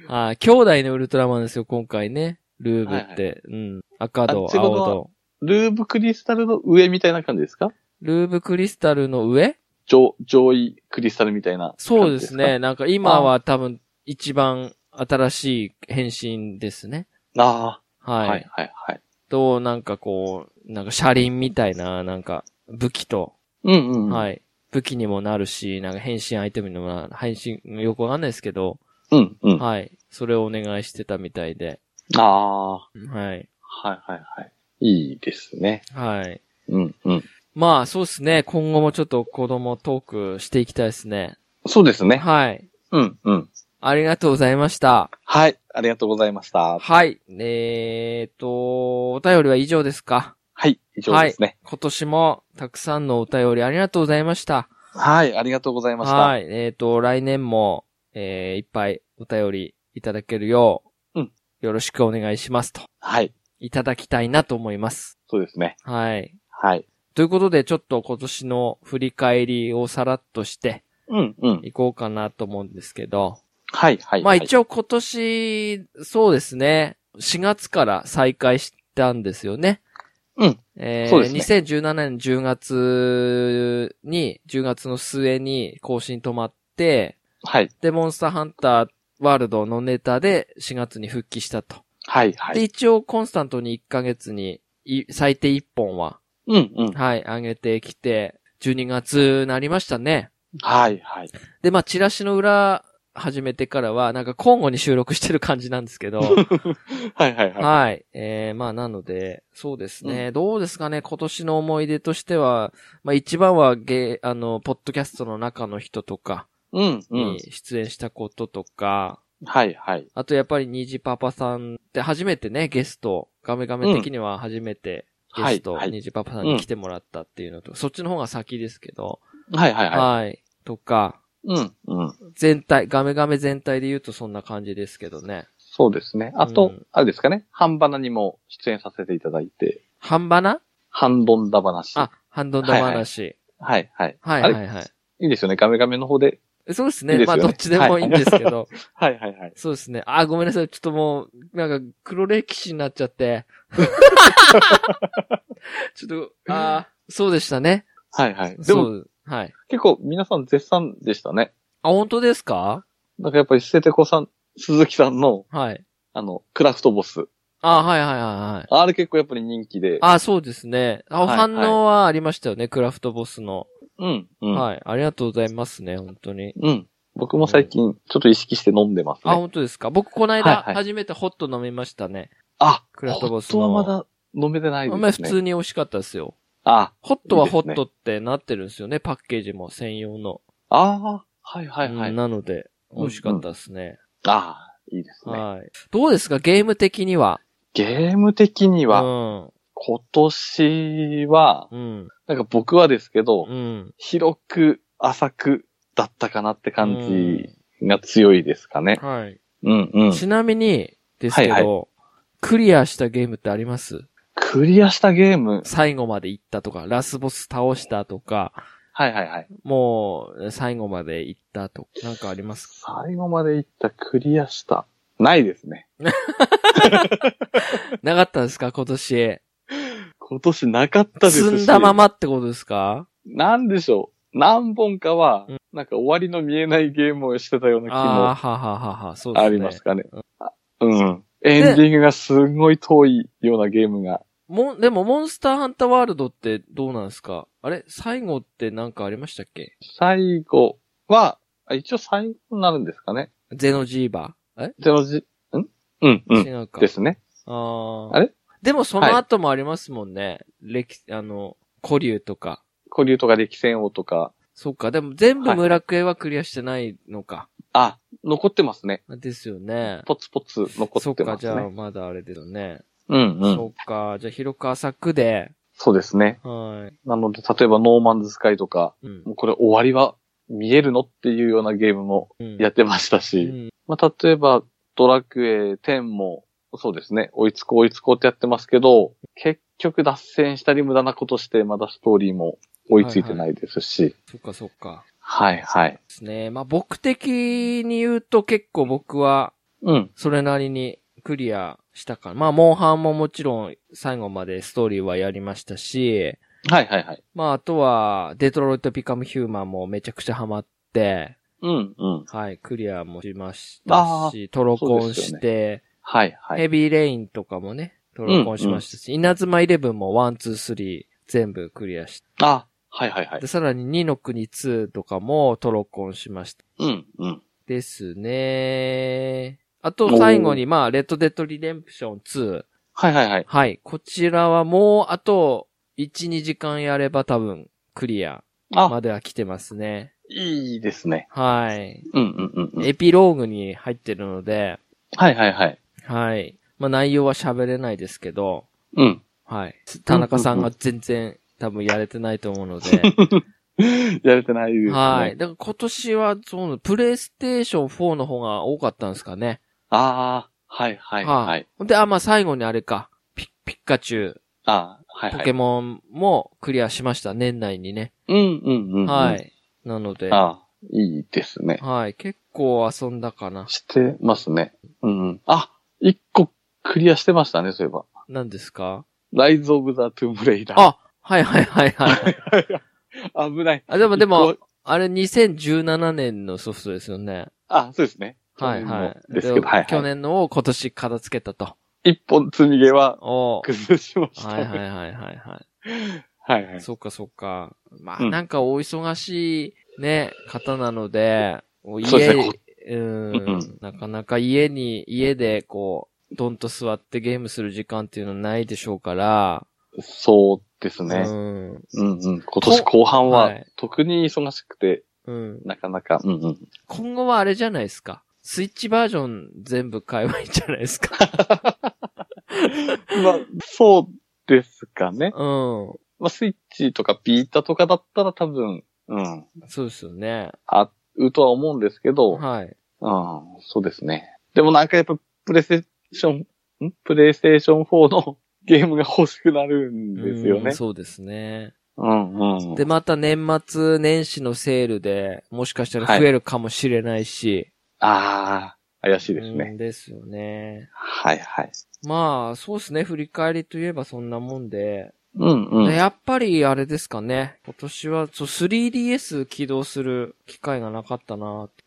Speaker 1: はい。兄弟のウルトラマンですよ、今回ね。ルーブって。うん。赤
Speaker 2: あ
Speaker 1: と
Speaker 2: ちょう
Speaker 1: 青
Speaker 2: ど
Speaker 1: と。
Speaker 2: ルーブクリスタルの上みたいな感じですか
Speaker 1: ルーブクリスタルの上
Speaker 2: 上、上位クリスタルみたいな感じか。
Speaker 1: そうですね。なんか今は多分一番新しい変身ですね。
Speaker 2: ああ、
Speaker 1: はい。
Speaker 2: はいはいはい。
Speaker 1: と、なんかこう、なんか車輪みたいな、なんか武器と、
Speaker 2: うんうん。い。
Speaker 1: はい。武器にもなるし、なんか変身アイテムにもなる、変身、よくわかんないですけど、
Speaker 2: うん うん。あ
Speaker 1: はい。それをお願いしてたみたいで。
Speaker 2: あ、は
Speaker 1: はい。
Speaker 2: いはいはい。いいですね。
Speaker 1: はい。
Speaker 2: うんうん。
Speaker 1: まあ、そうですね。今後もちょっと子供トークしていきたいですね。
Speaker 2: そうですね。
Speaker 1: はい。
Speaker 2: うんうん。
Speaker 1: ありがとうございました。
Speaker 2: はい。ありがとうございました。
Speaker 1: はい。えーと、お便りは以上ですか
Speaker 2: はい。以上ですね。
Speaker 1: 今年もたくさんのお便りありがとうございました。
Speaker 2: はい。ありがとうございました。
Speaker 1: はい。えっ、と、来年も、えー、いっぱいお便りいただけるよう、
Speaker 2: うん
Speaker 1: よろしくお願いしますと、
Speaker 2: はい。
Speaker 1: いただきたいなと思います。
Speaker 2: そうですね。
Speaker 1: はい。
Speaker 2: はい。
Speaker 1: ということで、ちょっと今年の振り返りをさらっとして
Speaker 2: うんうん。
Speaker 1: いこうかなと思うんですけど、
Speaker 2: はいはい。
Speaker 1: まあ一
Speaker 2: 応。
Speaker 1: 応今年、そうですね、4月から再開したんですよね。
Speaker 2: うん。
Speaker 1: えー、
Speaker 2: そうですね
Speaker 1: 2017年10月に、10月の末に更新止まって、
Speaker 2: はい。
Speaker 1: で、モンスターハンターワールドのネタで4月に復帰したと。
Speaker 2: はいは
Speaker 1: で、
Speaker 2: い。
Speaker 1: 一応コンスタントに1ヶ月にい最低1本は、
Speaker 2: うんうん。
Speaker 1: はい、上げてきて、12月なりましたね。
Speaker 2: はいはい。
Speaker 1: で、まあ、チラシの裏始めてからは、なんか交互に収録してる感じなんです けど、
Speaker 2: はいはいはい。
Speaker 1: はい。えー、まあなので、そうですね、どうですかね、今年の思い出としては、まあ一番はゲー、あの、ポッドキャストの中の人とか
Speaker 2: うんうん
Speaker 1: に。出演したこととか、
Speaker 2: はいはい。
Speaker 1: あとやっぱりニジパパさんって初めてね、ゲスト、ガメガメ的には初めてゲ
Speaker 2: はい
Speaker 1: スト、
Speaker 2: はい。
Speaker 1: ニジパパさんに来てもらったっていうのと、そっちの方が先ですけど、
Speaker 2: はいはいは
Speaker 1: はい。とか、
Speaker 2: い。うんうん。
Speaker 1: 全体、ガメガメ全体で言うとそんな感じですけどね。
Speaker 2: そうですね。あ
Speaker 1: う
Speaker 2: と
Speaker 1: ん、
Speaker 2: あれですかね。半ばなにも出演させていただいて、
Speaker 1: 半ばな
Speaker 2: 半ドンダ話。
Speaker 1: あ、ハンドンダ話。
Speaker 2: はいはい。
Speaker 1: はい
Speaker 2: あ
Speaker 1: はい
Speaker 2: れ
Speaker 1: はい。
Speaker 2: いいですよね。ガメガメの方で。
Speaker 1: そうですね。
Speaker 2: いいです
Speaker 1: ま
Speaker 2: よ
Speaker 1: あ、
Speaker 2: ね
Speaker 1: どっちでもいいんですけど。
Speaker 2: はい はいはい。
Speaker 1: そうですね。あ、ごめんなさい。ちょっともう、なんか、黒歴史になっちゃっ て。ちょっと、あーそうでしたね。
Speaker 2: はいはい。で
Speaker 1: そ
Speaker 2: も
Speaker 1: う。はい。
Speaker 2: 結構皆さん絶賛でしたね。
Speaker 1: あ、本当ですか
Speaker 2: なんかやっぱり捨ててこさん、鈴木さんの、
Speaker 1: はい。
Speaker 2: あの、クラフトボス。
Speaker 1: あ、はいはいはいはい。
Speaker 2: あれ結構やっぱり人気で。
Speaker 1: あ、そうですね。あ、
Speaker 2: はい
Speaker 1: 反応はありましたよね。クラフトボスの。
Speaker 2: うん、うん。
Speaker 1: はい。ありがとうございますね。本当に。
Speaker 2: うん。僕も最近ちょっと意識して飲んでますね。
Speaker 1: あ、本当ですか僕、この間、
Speaker 2: はいはい
Speaker 1: 初めてホット飲みましたね。
Speaker 2: あ、
Speaker 1: クラフトボス
Speaker 2: 本
Speaker 1: の
Speaker 2: 当はまだ飲めてないです
Speaker 1: あん
Speaker 2: ね。
Speaker 1: まり普通に美味しかったですよ。
Speaker 2: あ、
Speaker 1: ホットはい
Speaker 2: い
Speaker 1: ホ
Speaker 2: ですね
Speaker 1: ットってなってるんですよね。パッケージも専用の。
Speaker 2: ああ、はいはいはい。
Speaker 1: うん
Speaker 2: あ
Speaker 1: なので、美味しかったですね。
Speaker 2: あ、いいですね。
Speaker 1: はい。どうですかゲーム的には。
Speaker 2: ゲーム的には、
Speaker 1: は。
Speaker 2: 今年は、
Speaker 1: うん。
Speaker 2: なんか僕はですけど、
Speaker 1: うん。
Speaker 2: 広く、浅くだったかなって感じが強いですかね。
Speaker 1: はい。
Speaker 2: うんうん。
Speaker 1: ちなみに、ですけど、
Speaker 2: はい
Speaker 1: クリアしたゲームってあります
Speaker 2: クリアしたゲーム。
Speaker 1: 最後まで行ったとか、ラスボス倒したとか、
Speaker 2: はいはいはい。
Speaker 1: もう、最後まで行ったとか、なんかありますか
Speaker 2: 最後までいったクリアした。ないですね。
Speaker 1: なかったですか今年。
Speaker 2: 今年なかったですし。
Speaker 1: 積んだままってことですか
Speaker 2: なんでしょう。何本かは
Speaker 1: うん、
Speaker 2: なんか終わりの見えないゲームをしてたような気
Speaker 1: ああ、
Speaker 2: も
Speaker 1: はははは、そうですね。
Speaker 2: ありますかね。あうん。エンディングがすごい遠いようなゲームが。
Speaker 1: もん、でも、モンスターハンターワールドってどうなんですかあれ最後ってなんかありましたっけ
Speaker 2: 最後は、あ一応最後になるんですかね。
Speaker 1: ゼノジーバーえ
Speaker 2: ゼロじ、んうん、うん。
Speaker 1: 違うか。
Speaker 2: ですね。
Speaker 1: ああ。
Speaker 2: あれ
Speaker 1: でもその後もありますもんね。歴、あの、古竜とか。
Speaker 2: 古竜とか歴戦王とか。
Speaker 1: そっか。でも全部
Speaker 2: はい
Speaker 1: 村クエはクリアしてないのか。
Speaker 2: あ、残ってますね。
Speaker 1: ですよね。
Speaker 2: ポツポツ残
Speaker 1: そ
Speaker 2: っ
Speaker 1: って
Speaker 2: ま
Speaker 1: か、
Speaker 2: す
Speaker 1: じゃあ
Speaker 2: ね。
Speaker 1: まだあれだよね。
Speaker 2: うんう
Speaker 1: そ
Speaker 2: ん。
Speaker 1: っか、じゃあ広く浅くで。
Speaker 2: そうですね。
Speaker 1: は
Speaker 2: なので、例えばノーマンズスカイとか、
Speaker 1: い。うん
Speaker 2: もうこれ終わりは見えるのっていうようなゲームも
Speaker 1: うん。
Speaker 2: やってました
Speaker 1: う
Speaker 2: し、
Speaker 1: ん
Speaker 2: まあ、例えばドラクエ10もそうですね、追いつこう追いつこうってやってますけど、結局脱線したり無駄なことしてまだストーリーも追いついてないですし、
Speaker 1: そっか、そっか。
Speaker 2: はいはい。
Speaker 1: ですね。まあ、僕的に言うと結構僕は、
Speaker 2: うん、
Speaker 1: それなりにクリアしたかな。まあ、モンハンももちろん最後までストーリーはやりましたし、
Speaker 2: はいはいはい。
Speaker 1: まあ、あとは、デトロイト・ピカム・ヒューマンもめちゃくちゃハマって、
Speaker 2: うん、うん。
Speaker 1: はい、クリアもしまし
Speaker 2: あ
Speaker 1: たし、トロコン
Speaker 2: そ
Speaker 1: し
Speaker 2: う
Speaker 1: て、
Speaker 2: はいはい。
Speaker 1: ヘビーレインとかもね、トロコンしましたし、稲妻イレブンも1、2、3全部クリアして、
Speaker 2: あ、はいはいはい
Speaker 1: で、。さらに2の国2とかもトロコンしました。
Speaker 2: うん、うん。
Speaker 1: ですね。あと最後に、まあ、レッドデッドリデンプション2。
Speaker 2: はいはいはい。
Speaker 1: はい。こちらはもう、あと、1、2時間やれば多分、クリア
Speaker 2: あ、
Speaker 1: までは来てますね。
Speaker 2: いいですね。
Speaker 1: はい。
Speaker 2: うん、うん、うん。うん
Speaker 1: エピローグに入ってるので、
Speaker 2: はいはいはい。
Speaker 1: はい。まあ内容は喋れないですけど、
Speaker 2: うん。
Speaker 1: はい。田中さんが全然多分やれてないと思うの で、
Speaker 2: やれてないですね。
Speaker 1: はい。だから今年は、その、プレイステーション4の方が多かったんですかね。
Speaker 2: ああ、はいはいは
Speaker 1: はいい。。で、あ、まあ最後にあれか、ピピッカチュウ、
Speaker 2: ああ、はい
Speaker 1: ポ
Speaker 2: は
Speaker 1: ケ
Speaker 2: い。
Speaker 1: モンもクリアしました、年内にね。
Speaker 2: うんうんうんうん。
Speaker 1: は。い。なので、
Speaker 2: ああ、いいですね。
Speaker 1: はい。結構遊んだかな。
Speaker 2: してますね。うんうん。あ、一個クリアしてましたね、そういえば。
Speaker 1: 何ですか
Speaker 2: ライズ・オブ・ザ・トゥームレイダー。
Speaker 1: あはいはいはい はい。
Speaker 2: あ、危ない。
Speaker 1: あでもで
Speaker 2: 一
Speaker 1: も、
Speaker 2: 個。
Speaker 1: あれ2017年のソフトですよね。
Speaker 2: あ、そうですね。
Speaker 1: はいは
Speaker 2: 去年
Speaker 1: い。
Speaker 2: のですけど、はい、はい。
Speaker 1: 去年のを今年片付けたと。
Speaker 2: 一本積み毛は
Speaker 1: おー
Speaker 2: 崩しました、
Speaker 1: はい
Speaker 2: ね。
Speaker 1: はいはいはいはい。
Speaker 2: はいはい。
Speaker 1: そっかそっか。まあ、
Speaker 2: うん
Speaker 1: なんかお忙しいね、方なので、もう
Speaker 2: そうで
Speaker 1: 家、
Speaker 2: すねこ
Speaker 1: うん
Speaker 2: うんうん
Speaker 1: なかなか家に、家でこう、どんと座ってゲームする時間っていうのはないでしょうから、
Speaker 2: そうです
Speaker 1: う
Speaker 2: ね。
Speaker 1: ん。
Speaker 2: うんうん。今年後半は
Speaker 1: はい
Speaker 2: 特に忙しくて、
Speaker 1: うん。
Speaker 2: なかなか。うんうん。
Speaker 1: 今後はあれじゃないですか。スイッチバージョン全部買えばいいんじゃないです か。
Speaker 2: まあ、そうですかね。
Speaker 1: うん。
Speaker 2: まあ、スイッチとかビータとかだったら多分、うん、
Speaker 1: そうですよね。
Speaker 2: あうとは思うんですけど、
Speaker 1: はい。
Speaker 2: うん、そうですね。でもなんかやっぱプレイステーション、んプレイステーション4の ゲームが欲しくなるんですよ
Speaker 1: うん
Speaker 2: ね。
Speaker 1: そうですね。
Speaker 2: うん、うん。
Speaker 1: で、また年末年始のセールで、もしかしたら増えるかもしれないし。
Speaker 2: ああ、怪しいです
Speaker 1: う
Speaker 2: ね。
Speaker 1: んですよね。
Speaker 2: はいはい。
Speaker 1: まあ、そうですね。振り返りといえばそんなもんで。
Speaker 2: うん、う
Speaker 1: で
Speaker 2: ん。
Speaker 1: やっぱりあれですかね。今年は、そう、3DS 起動する機会がなかったなって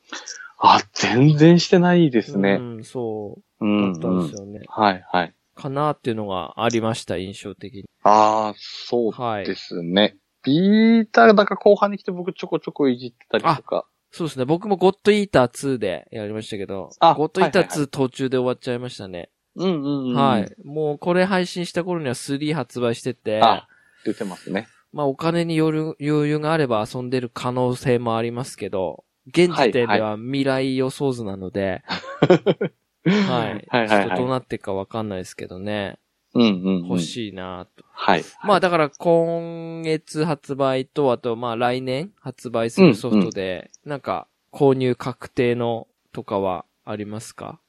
Speaker 2: あ、全然してないです
Speaker 1: う
Speaker 2: ね。
Speaker 1: ん、そうう。
Speaker 2: ん、
Speaker 1: だ
Speaker 2: う
Speaker 1: ったんです
Speaker 2: ん。
Speaker 1: よね。
Speaker 2: はいはい。
Speaker 1: かなっていうのがありました、印象的に。
Speaker 2: ああ、そう
Speaker 1: はい。
Speaker 2: ですね。ビータだか後半に来て僕ちょこちょこいじってたりとか。
Speaker 1: そうですね。僕もゴッドイーター2でやりましたけど、
Speaker 2: あ
Speaker 1: ゴッドイーター
Speaker 2: はいはい
Speaker 1: 2途中で終わっちゃいましたね。
Speaker 2: うんうんうん。
Speaker 1: はい。もうこれ配信した頃には3発売してて、
Speaker 2: あ出てますね。
Speaker 1: まあお金による余裕があれば遊んでる可能性もありますけど、現時点
Speaker 2: はい
Speaker 1: では未来予想図なので、はい。
Speaker 2: はいはい
Speaker 1: ちょっ
Speaker 2: は
Speaker 1: とどう
Speaker 2: い。
Speaker 1: なっていくかわかんないですけどね。
Speaker 2: うんうんうん。
Speaker 1: 欲しいなと。
Speaker 2: はい。
Speaker 1: まあだから今月発売と、あとまあ来年発売するソフトで、なんか購入確定のとかはありますか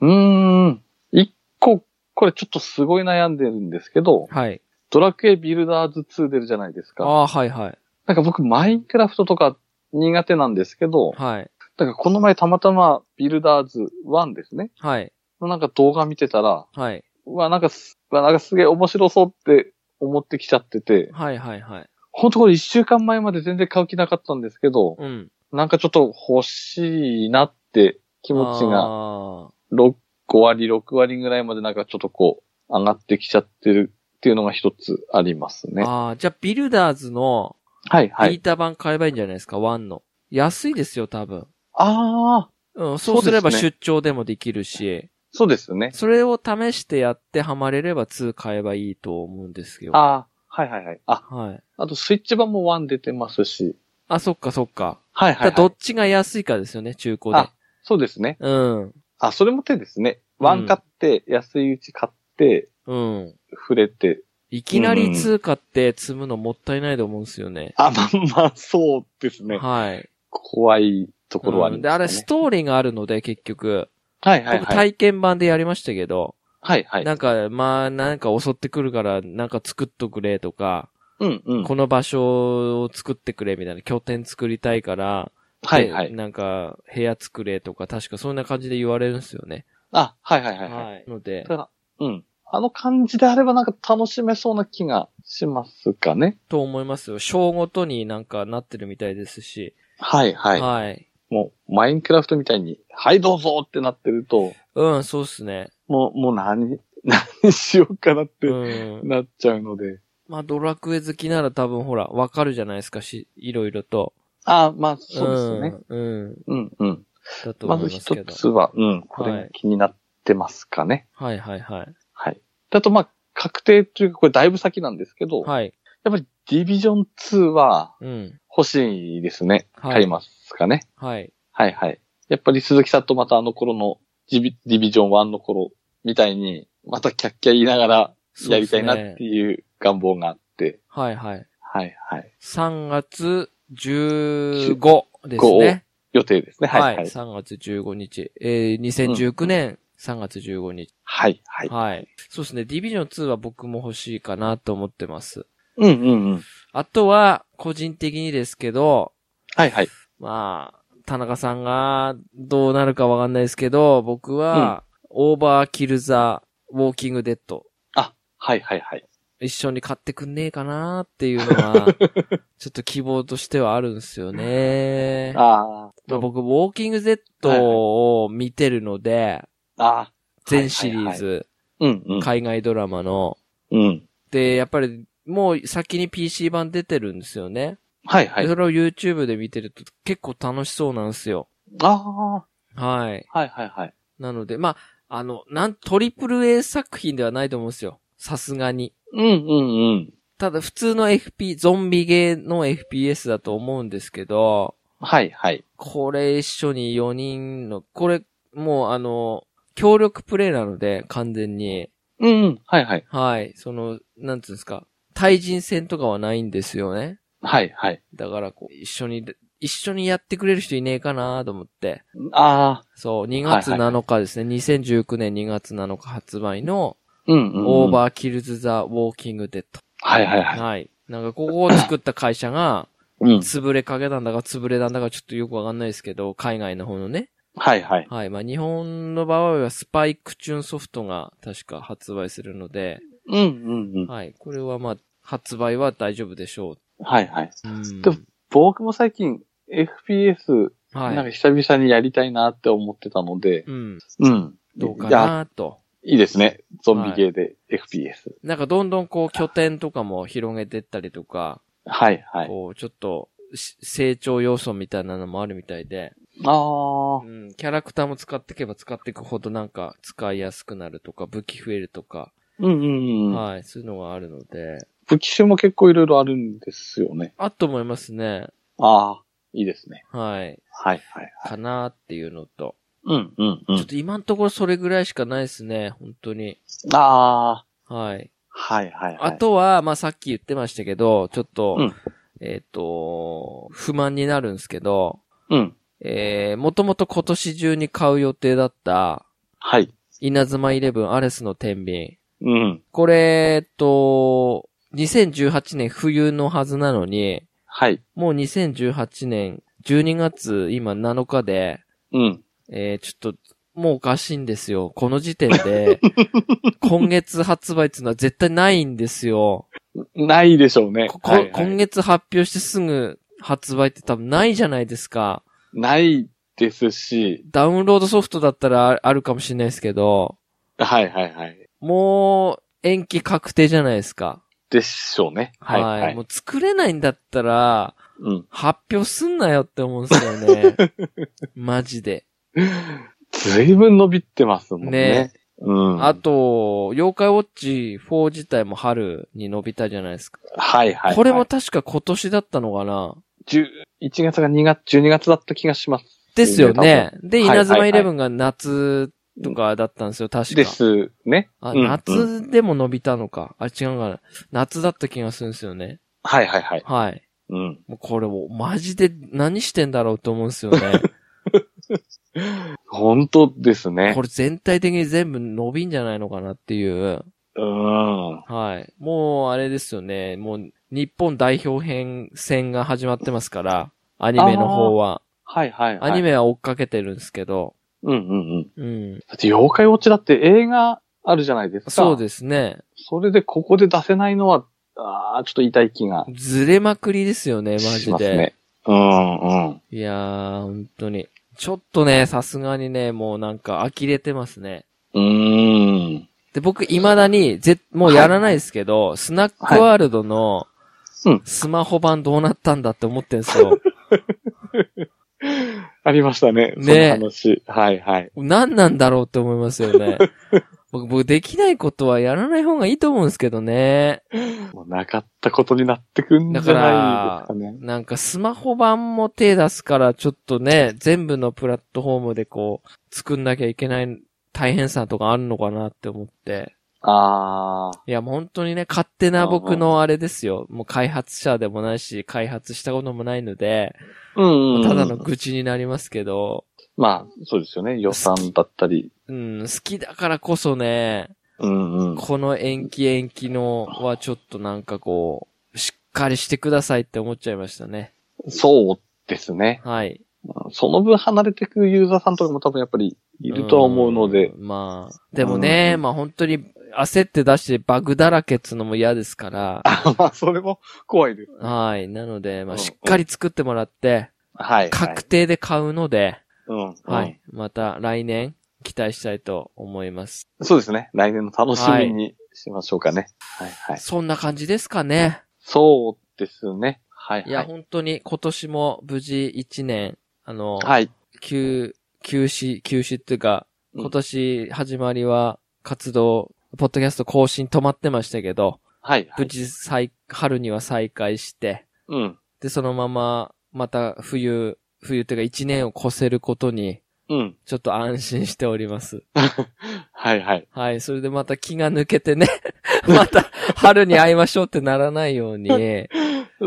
Speaker 2: うーん。一個、これちょっとすごい悩んでるんですけど、
Speaker 1: はい。
Speaker 2: ドラクエビルダーズ2出るじゃないです
Speaker 1: あ
Speaker 2: か。
Speaker 1: あ、はいはい。
Speaker 2: なんか僕、マインクラフトとか苦手なんですけど、
Speaker 1: はい。
Speaker 2: なんかこの前たまたまビルダーズ1ですね。
Speaker 1: はい。
Speaker 2: なんか動画見てたら、
Speaker 1: はい。
Speaker 2: うわ、なんかす、うわなんかすげえ面白そうって思ってきちゃってて、
Speaker 1: はいはいはい。
Speaker 2: 本当これ一週間前まで全然買う気なかったんですけど、
Speaker 1: うん。
Speaker 2: なんかちょっと欲しいなって気
Speaker 1: 気
Speaker 2: 持ちが、6 5割、6割ぐらいまでなんかちょっとこう、上がってきちゃってるっていうのが一つありますね。
Speaker 1: ああ、じゃあ、ビルダーズの、
Speaker 2: はいは
Speaker 1: ビ
Speaker 2: い。
Speaker 1: ータ版買えばいいんじゃないですか、ワンの。安いですよ、多分。
Speaker 2: ああ、
Speaker 1: うん、そうすれば
Speaker 2: そうですね
Speaker 1: 出張でもできるし、
Speaker 2: そうですね。
Speaker 1: それを試してやってハマれれば2買えばいいと思うんですよ。
Speaker 2: ああ、はいはいはい。あ、
Speaker 1: はい。
Speaker 2: あとスイッチ版も1出てますし。
Speaker 1: あ、そっかそっか。
Speaker 2: はい
Speaker 1: だか
Speaker 2: はい、
Speaker 1: らど
Speaker 2: はい
Speaker 1: っ。ちが安いかですよね、中古で
Speaker 2: あ。そうですね。
Speaker 1: うん。
Speaker 2: あ、それも手ですね。
Speaker 1: うん
Speaker 2: 1買って、安いうち買って、
Speaker 1: うん。
Speaker 2: 触れて。
Speaker 1: いきなり2買って積むのもったいないと思うんですよね。
Speaker 2: あ、まあまあ、そうですね。
Speaker 1: はい。
Speaker 2: 怖いところはあ
Speaker 1: う
Speaker 2: り
Speaker 1: んで、あれ
Speaker 2: ます、
Speaker 1: ス
Speaker 2: ね
Speaker 1: トーリーがあるので、結局。
Speaker 2: はいはい
Speaker 1: 僕
Speaker 2: はい。
Speaker 1: 体験版でやりましたけど、
Speaker 2: はいはい。
Speaker 1: なんか、まあ、なんか襲ってくるから、なんか作っとくれとか、
Speaker 2: うんうん。
Speaker 1: この場所を作ってくれみたいな、拠点作りたいから、
Speaker 2: はいは
Speaker 1: で
Speaker 2: い。
Speaker 1: なんか、部屋作れとか、確かそんな感じで言われるんですよね。
Speaker 2: あ、はいはいはい、はい。
Speaker 1: はい。ので
Speaker 2: た、だうん。あの感じであればなんか楽しめそうな気がしますかね。
Speaker 1: と思いますよ。章ごとになんかなってるみたいですし、
Speaker 2: はいはい。
Speaker 1: はい。
Speaker 2: もう、マインクラフトみたいに、はいどうぞってなってると、
Speaker 1: うん、そうっすね。
Speaker 2: もう、もう何、何しようかなって、
Speaker 1: うん。
Speaker 2: なっちゃうので。
Speaker 1: まあ、ドラクエ好きなら多分ほら、わかるじゃないですか、し、いろいろと。
Speaker 2: ああ、まあ、そうですね。
Speaker 1: うん。うん。
Speaker 2: うん、うん。
Speaker 1: だと
Speaker 2: ま
Speaker 1: 思
Speaker 2: ず
Speaker 1: います
Speaker 2: 一
Speaker 1: けど。
Speaker 2: つは、うん、こ
Speaker 1: は
Speaker 2: れ
Speaker 1: い
Speaker 2: 気になってますかね。
Speaker 1: はいはいはい。
Speaker 2: はい。だとまあ、確定というか、これだいぶ先なんですけど、
Speaker 1: はい。
Speaker 2: やっぱりディビジョン2は
Speaker 1: うん。
Speaker 2: 欲しいですね。
Speaker 1: はい
Speaker 2: 買いますかね。
Speaker 1: はい。
Speaker 2: はいはい。やっぱり鈴木さんとまたあの頃のジビディビジョン1の頃みたいに、またキャッキャ言いながらやりたいな
Speaker 1: そうっ
Speaker 2: っ
Speaker 1: す
Speaker 2: て
Speaker 1: ね。
Speaker 2: いう願望があって。
Speaker 1: はいはい。
Speaker 2: はいはい。
Speaker 1: 3月15ですね。
Speaker 2: 予定ですね。
Speaker 1: はい、
Speaker 2: はいはい。
Speaker 1: 3月15日。えー、2019年3月15日。
Speaker 2: はいはい。
Speaker 1: はい。そうですね。ディビジョン2は僕も欲しいかなと思ってます。
Speaker 2: うんうんうん。
Speaker 1: あとは、個人的にですけど、
Speaker 2: はいはい。
Speaker 1: まあ、田中さんがどうなるかわかんないですけど、僕は、オーバーキルザ・ウォーキングデッド、
Speaker 2: あ、はいはいはい。
Speaker 1: 一緒に買ってくんねえかなっていうの は、ちょっと希望としてはあるんですよね。
Speaker 2: あ
Speaker 1: まあ僕、ウォーキング Z を見てるので、
Speaker 2: あ、ああ、
Speaker 1: 全シリーズ、
Speaker 2: うんうん。
Speaker 1: 海外ドラマの。
Speaker 2: うん。
Speaker 1: で、やっぱり、もう先に PC 版出てるんですよね。
Speaker 2: はいは
Speaker 1: で
Speaker 2: い。
Speaker 1: それを YouTube で見てると結構楽しそうなんですよ。
Speaker 2: あ
Speaker 1: はい。
Speaker 2: あ、はいはいはい。
Speaker 1: なので、まあ、あの、なん、トリプル A 作品ではないと思うんですよ。さすがに。
Speaker 2: うんうんうん。
Speaker 1: ただ、普通の FP、ゾンビゲーの FPS だと思うんですけど、
Speaker 2: はいはい。
Speaker 1: これ一緒に4人の、これ、もうあの、協力プレイなので、完全に。
Speaker 2: うんうん。はいはい。
Speaker 1: はい。その、なんつうんですか。対人戦とかはないんですよね。
Speaker 2: はいはい。
Speaker 1: だから、こう、一緒に、一緒にやってくれる人いねえかなと思って。
Speaker 2: ああ、
Speaker 1: そう、2
Speaker 2: はい
Speaker 1: 月7日ですね。2019年2月7日発売の、
Speaker 2: うんうん。
Speaker 1: オー
Speaker 2: ー。
Speaker 1: バーキルズ・ザ・ウォーキング・デッド。
Speaker 2: はいはいはい。
Speaker 1: はい。なんか、ここを作った会社が、
Speaker 2: うん。
Speaker 1: 潰れかけたんだか、潰れたんだか、ちょっとよくわかんないですけど、海外の方のね。
Speaker 2: はいはい。
Speaker 1: はい。まあ、日本の場合はスパイクチューンソフトが確か発売するので、
Speaker 2: うんうんうん。
Speaker 1: はい。これはまあ、発売は大丈夫でしょう。
Speaker 2: はいはい。
Speaker 1: うん
Speaker 2: でも僕も最近 FPS
Speaker 1: は
Speaker 2: なん
Speaker 1: い。
Speaker 2: か久々にやりたいなって思ってたので、
Speaker 1: うん。
Speaker 2: うん。
Speaker 1: どうか
Speaker 2: いや、
Speaker 1: なと。
Speaker 2: いいですね。ゾンビゲーで FPS。
Speaker 1: なんかどんどんこう拠点とかも広げてったりとか、
Speaker 2: はいはい。
Speaker 1: こうちょっとし成長要素みたいなのもあるみたいで、
Speaker 2: ああ、
Speaker 1: うん、キャラクターも使っていけば使っていくほどなんか使いやすくなるとか、武器増えるとか、
Speaker 2: うんうんうん。
Speaker 1: はい、そういうのがあるので、
Speaker 2: 武器種も結構いろいろあるんですよね。
Speaker 1: あっと思いますね。
Speaker 2: ああ、いいですね。
Speaker 1: はい。
Speaker 2: はいはいはい。
Speaker 1: かなっていうのと。
Speaker 2: うんうんう
Speaker 1: ちょっ
Speaker 2: ん。
Speaker 1: と今のところそれぐらいしかないですね、本当に。
Speaker 2: ああ、
Speaker 1: はい。
Speaker 2: はいはいはい。
Speaker 1: あ、とは、まあ、さっき言ってましたけど、ちょっと、
Speaker 2: うん
Speaker 1: えっ、と、不満になるんですけど、
Speaker 2: うん。
Speaker 1: えー、もともと今年中に買う予定だった、
Speaker 2: はい。
Speaker 1: 稲妻イレブンアレスの天秤。
Speaker 2: うん。
Speaker 1: これ、えっと、2018年冬のはずなのに、
Speaker 2: はい。
Speaker 1: もう2018年12月今7日で、
Speaker 2: うん。
Speaker 1: えー、ちょっと、もうおかしいんですよ。この時点 で、今月発売っていうのは絶対ないんですよ。
Speaker 2: ないでしょうね。
Speaker 1: ここ
Speaker 2: はいはい
Speaker 1: 今月発表してすぐ発売って多分ないじゃないですか。
Speaker 2: ないですし、
Speaker 1: ダウンロードソフトだったらああるかもしれないですけど、
Speaker 2: はいはいはい。
Speaker 1: もう延期確定じゃないですか。
Speaker 2: でしょうね。はいはい。
Speaker 1: もう作れないんだったら、
Speaker 2: うん。
Speaker 1: 発表すんなよって思うんですよね。 マジで。
Speaker 2: ずいぶん伸びてますもんね。
Speaker 1: ね
Speaker 2: うん。
Speaker 1: あと、妖怪ウォッチ4自体も春に伸びたじゃないですか。
Speaker 2: はいはい、はい。
Speaker 1: これも確か今年だったのかな
Speaker 2: 10 1月が2月、12月だった気がします。
Speaker 1: ですよね。で、
Speaker 2: はいはいは
Speaker 1: 稲
Speaker 2: い
Speaker 1: 妻イレブンが夏とかだったんですよ、確か。
Speaker 2: ですね。
Speaker 1: あ、
Speaker 2: うんうん
Speaker 1: 夏でも伸びたのか。あ、違うかな。夏だった気がするんですよね。
Speaker 2: はいはいはい。
Speaker 1: はい。
Speaker 2: うん。
Speaker 1: もうこれもうマジで何してんだろうと思うんですよね。
Speaker 2: 本当ですね
Speaker 1: こ。れ全体的に全部伸びんじゃないのかなっていう。
Speaker 2: うーん。
Speaker 1: はい。もうあれですよね。もう日本代表編戦が始まってますから、アニメの方は。
Speaker 2: はいはいはい。
Speaker 1: アニ。メは追っかけてるんですけど。
Speaker 2: うんうん
Speaker 1: う
Speaker 2: うん。
Speaker 1: ん。
Speaker 2: だって妖怪ウォッチだって映画あるじゃないですか。
Speaker 1: そう
Speaker 2: す。
Speaker 1: ですね。
Speaker 2: それでここで出せないのは、あーちょっと痛い気が
Speaker 1: ずれまくりですよね、マ
Speaker 2: し
Speaker 1: ジ
Speaker 2: ます
Speaker 1: で。
Speaker 2: ね。うんうん。
Speaker 1: いやー、本当に。ちょっとね、さすがにね、もうなんか呆れてますね。
Speaker 2: うーん。
Speaker 1: で、僕、未だに、ぜ、もうやらないですけど、スナックワールドの
Speaker 2: うん、
Speaker 1: スマホ版どうなったんだって思ってんすよ。
Speaker 2: ありましたね。
Speaker 1: ね
Speaker 2: その話。はいはい。
Speaker 1: 何なんだろうって思いますよ ね。僕、僕、できないことはやらない方がいいと思うんですけどね。
Speaker 2: もうなかったことになってくんじゃないですかね。
Speaker 1: なんか、スマホ版も手出すから、ちょっとね、全部のプラットフォームでこう、作んなきゃいけない大変さとかあるのかなって思って。
Speaker 2: あ
Speaker 1: いや、もう本当にね、勝手な僕のあれですよ。もう開発者でもないし、開発したこともないので、
Speaker 2: ー。うんうん。
Speaker 1: ただの愚痴になりますけど、
Speaker 2: まあ、そうですよね。予算だったり。
Speaker 1: うん、好きだからこそね、
Speaker 2: うんうん。
Speaker 1: この延期延期のはちょっとなんかこう、しっかりしてくださいって思っちゃいましたね。
Speaker 2: そうですね。
Speaker 1: はい。
Speaker 2: その分離れてくユーザーさんとかも多分やっぱりいるとは思うので
Speaker 1: ん。。まあ、でもね、
Speaker 2: うん
Speaker 1: まあ本当に焦って出してバグだらけっつうのも嫌ですから、
Speaker 2: あ、 まあ、それも怖いです。
Speaker 1: はい。なので、ま
Speaker 2: う
Speaker 1: あ
Speaker 2: ん
Speaker 1: しっかり作ってもらって、
Speaker 2: はい。
Speaker 1: 確定で買うので、
Speaker 2: うん。
Speaker 1: は
Speaker 2: はい。
Speaker 1: い。また来年期待したいと思います。
Speaker 2: そうですね。来年の楽しみにしましょうかね。はいはい。
Speaker 1: そんな感じですかね。
Speaker 2: そうですね。はい
Speaker 1: い
Speaker 2: は
Speaker 1: や、
Speaker 2: い。
Speaker 1: 本当に今年も無事1年、あの、
Speaker 2: はい。
Speaker 1: 休、休止、休止っていうか、
Speaker 2: うん
Speaker 1: 今年始まりは活動、ポッドキャスト更新止まってましたけど、
Speaker 2: はい。は
Speaker 1: 無
Speaker 2: い。
Speaker 1: 事再、春には再開して、
Speaker 2: うん。
Speaker 1: で、そのまま、また冬、冬っていうか1年を越せることに、
Speaker 2: うん。
Speaker 1: ちょっと安心しております。
Speaker 2: はいはい。
Speaker 1: はい。それでまた気が抜け てね、また春に会いましょうってならないように、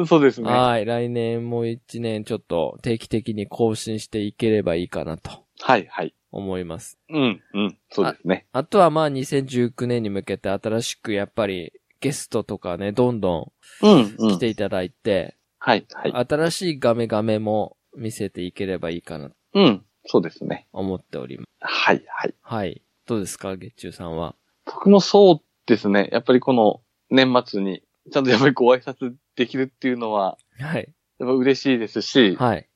Speaker 2: そうですね。は
Speaker 1: はい。来年も一年ちょっと定期的に更新していければいいかなと
Speaker 2: いはい。
Speaker 1: 思います。
Speaker 2: うん。うん。そうですね。
Speaker 1: あとはまあ2019年に向けて新しくやっぱりゲストとかね、どんど
Speaker 2: うん。うん
Speaker 1: ん来。ていただいて、
Speaker 2: はいはい。
Speaker 1: 新しいガメガメも見せていければいいかなと
Speaker 2: うん。そうですね。
Speaker 1: 思っております。
Speaker 2: はいはい。
Speaker 1: はい。どうですか月中さんは。
Speaker 2: 僕もそうですね。やっぱりこの年末に、ちゃんとやっぱりご挨拶できるっていうのは、
Speaker 1: はい。
Speaker 2: やっぱ嬉しいですし、
Speaker 1: はい。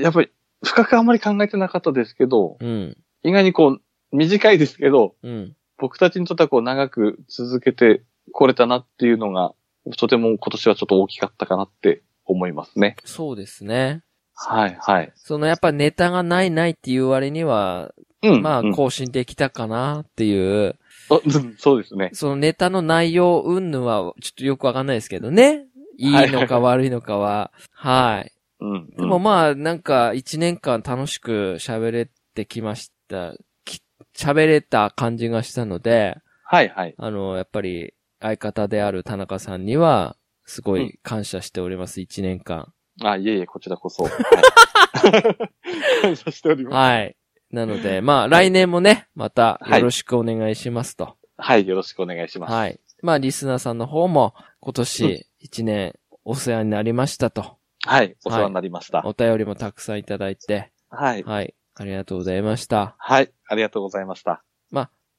Speaker 2: やっぱり深くあんまり考えてなかったですけど、
Speaker 1: うん。
Speaker 2: 意外にこう、短いですけど、
Speaker 1: うん。
Speaker 2: 僕たちにとってはこう長く続けてこれたなっていうのが、とても今年はちょっと大きかったかなって思いますね。
Speaker 1: そうですね。
Speaker 2: はい、はい。
Speaker 1: そのやっぱネタがないないっていう割には、
Speaker 2: うん。
Speaker 1: ま
Speaker 2: う
Speaker 1: あ
Speaker 2: ん
Speaker 1: 更新できたかなっていう、
Speaker 2: あうんそうですね。
Speaker 1: そのネタの内容云々はちょっとよくわかんないですけどね。いいのか悪いのかは。はい。
Speaker 2: うん。
Speaker 1: でもまあなんか一年間楽しく喋れてきました。き喋れた感じがしたので、
Speaker 2: はい、はい。
Speaker 1: あの、やっぱり相方である田中さんには、すごい感謝しております、一年間。
Speaker 2: あ、いえいえ、 こちら こそ。はい、感謝しております。
Speaker 1: はい。なので、まあ、来年もね、またよろしくお願いしますと。
Speaker 2: はい、よろしくお願いします。
Speaker 1: はい。まあ、リスナーさんの方も、今年一年お世話になりましたと。
Speaker 2: はい、お世話になりました。
Speaker 1: お便りもたくさんいただいて、
Speaker 2: はい。
Speaker 1: はい。ありがとうございました。
Speaker 2: はい。ありがとうございました。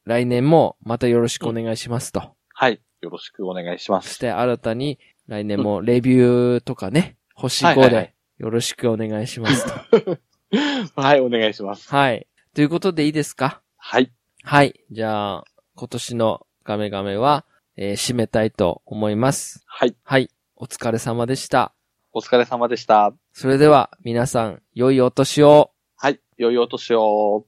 Speaker 1: 来年もまたよろしくお願いしますと。
Speaker 2: はい。よろしくお願いしま
Speaker 1: そし
Speaker 2: す。
Speaker 1: て新たに来年もレビューとかね、星5
Speaker 2: はいはいは
Speaker 1: でよろしくお願いします と。
Speaker 2: はい、お願いします。
Speaker 1: はい。ということでいいですか
Speaker 2: はい。
Speaker 1: はい。じゃあ、今年のガメガメは、えー締めたいと思います。
Speaker 2: はい。
Speaker 1: はい。お疲れ様でした。
Speaker 2: お疲れ様でした。
Speaker 1: それでは皆さん、良いお年を。
Speaker 2: はい。良いお年を。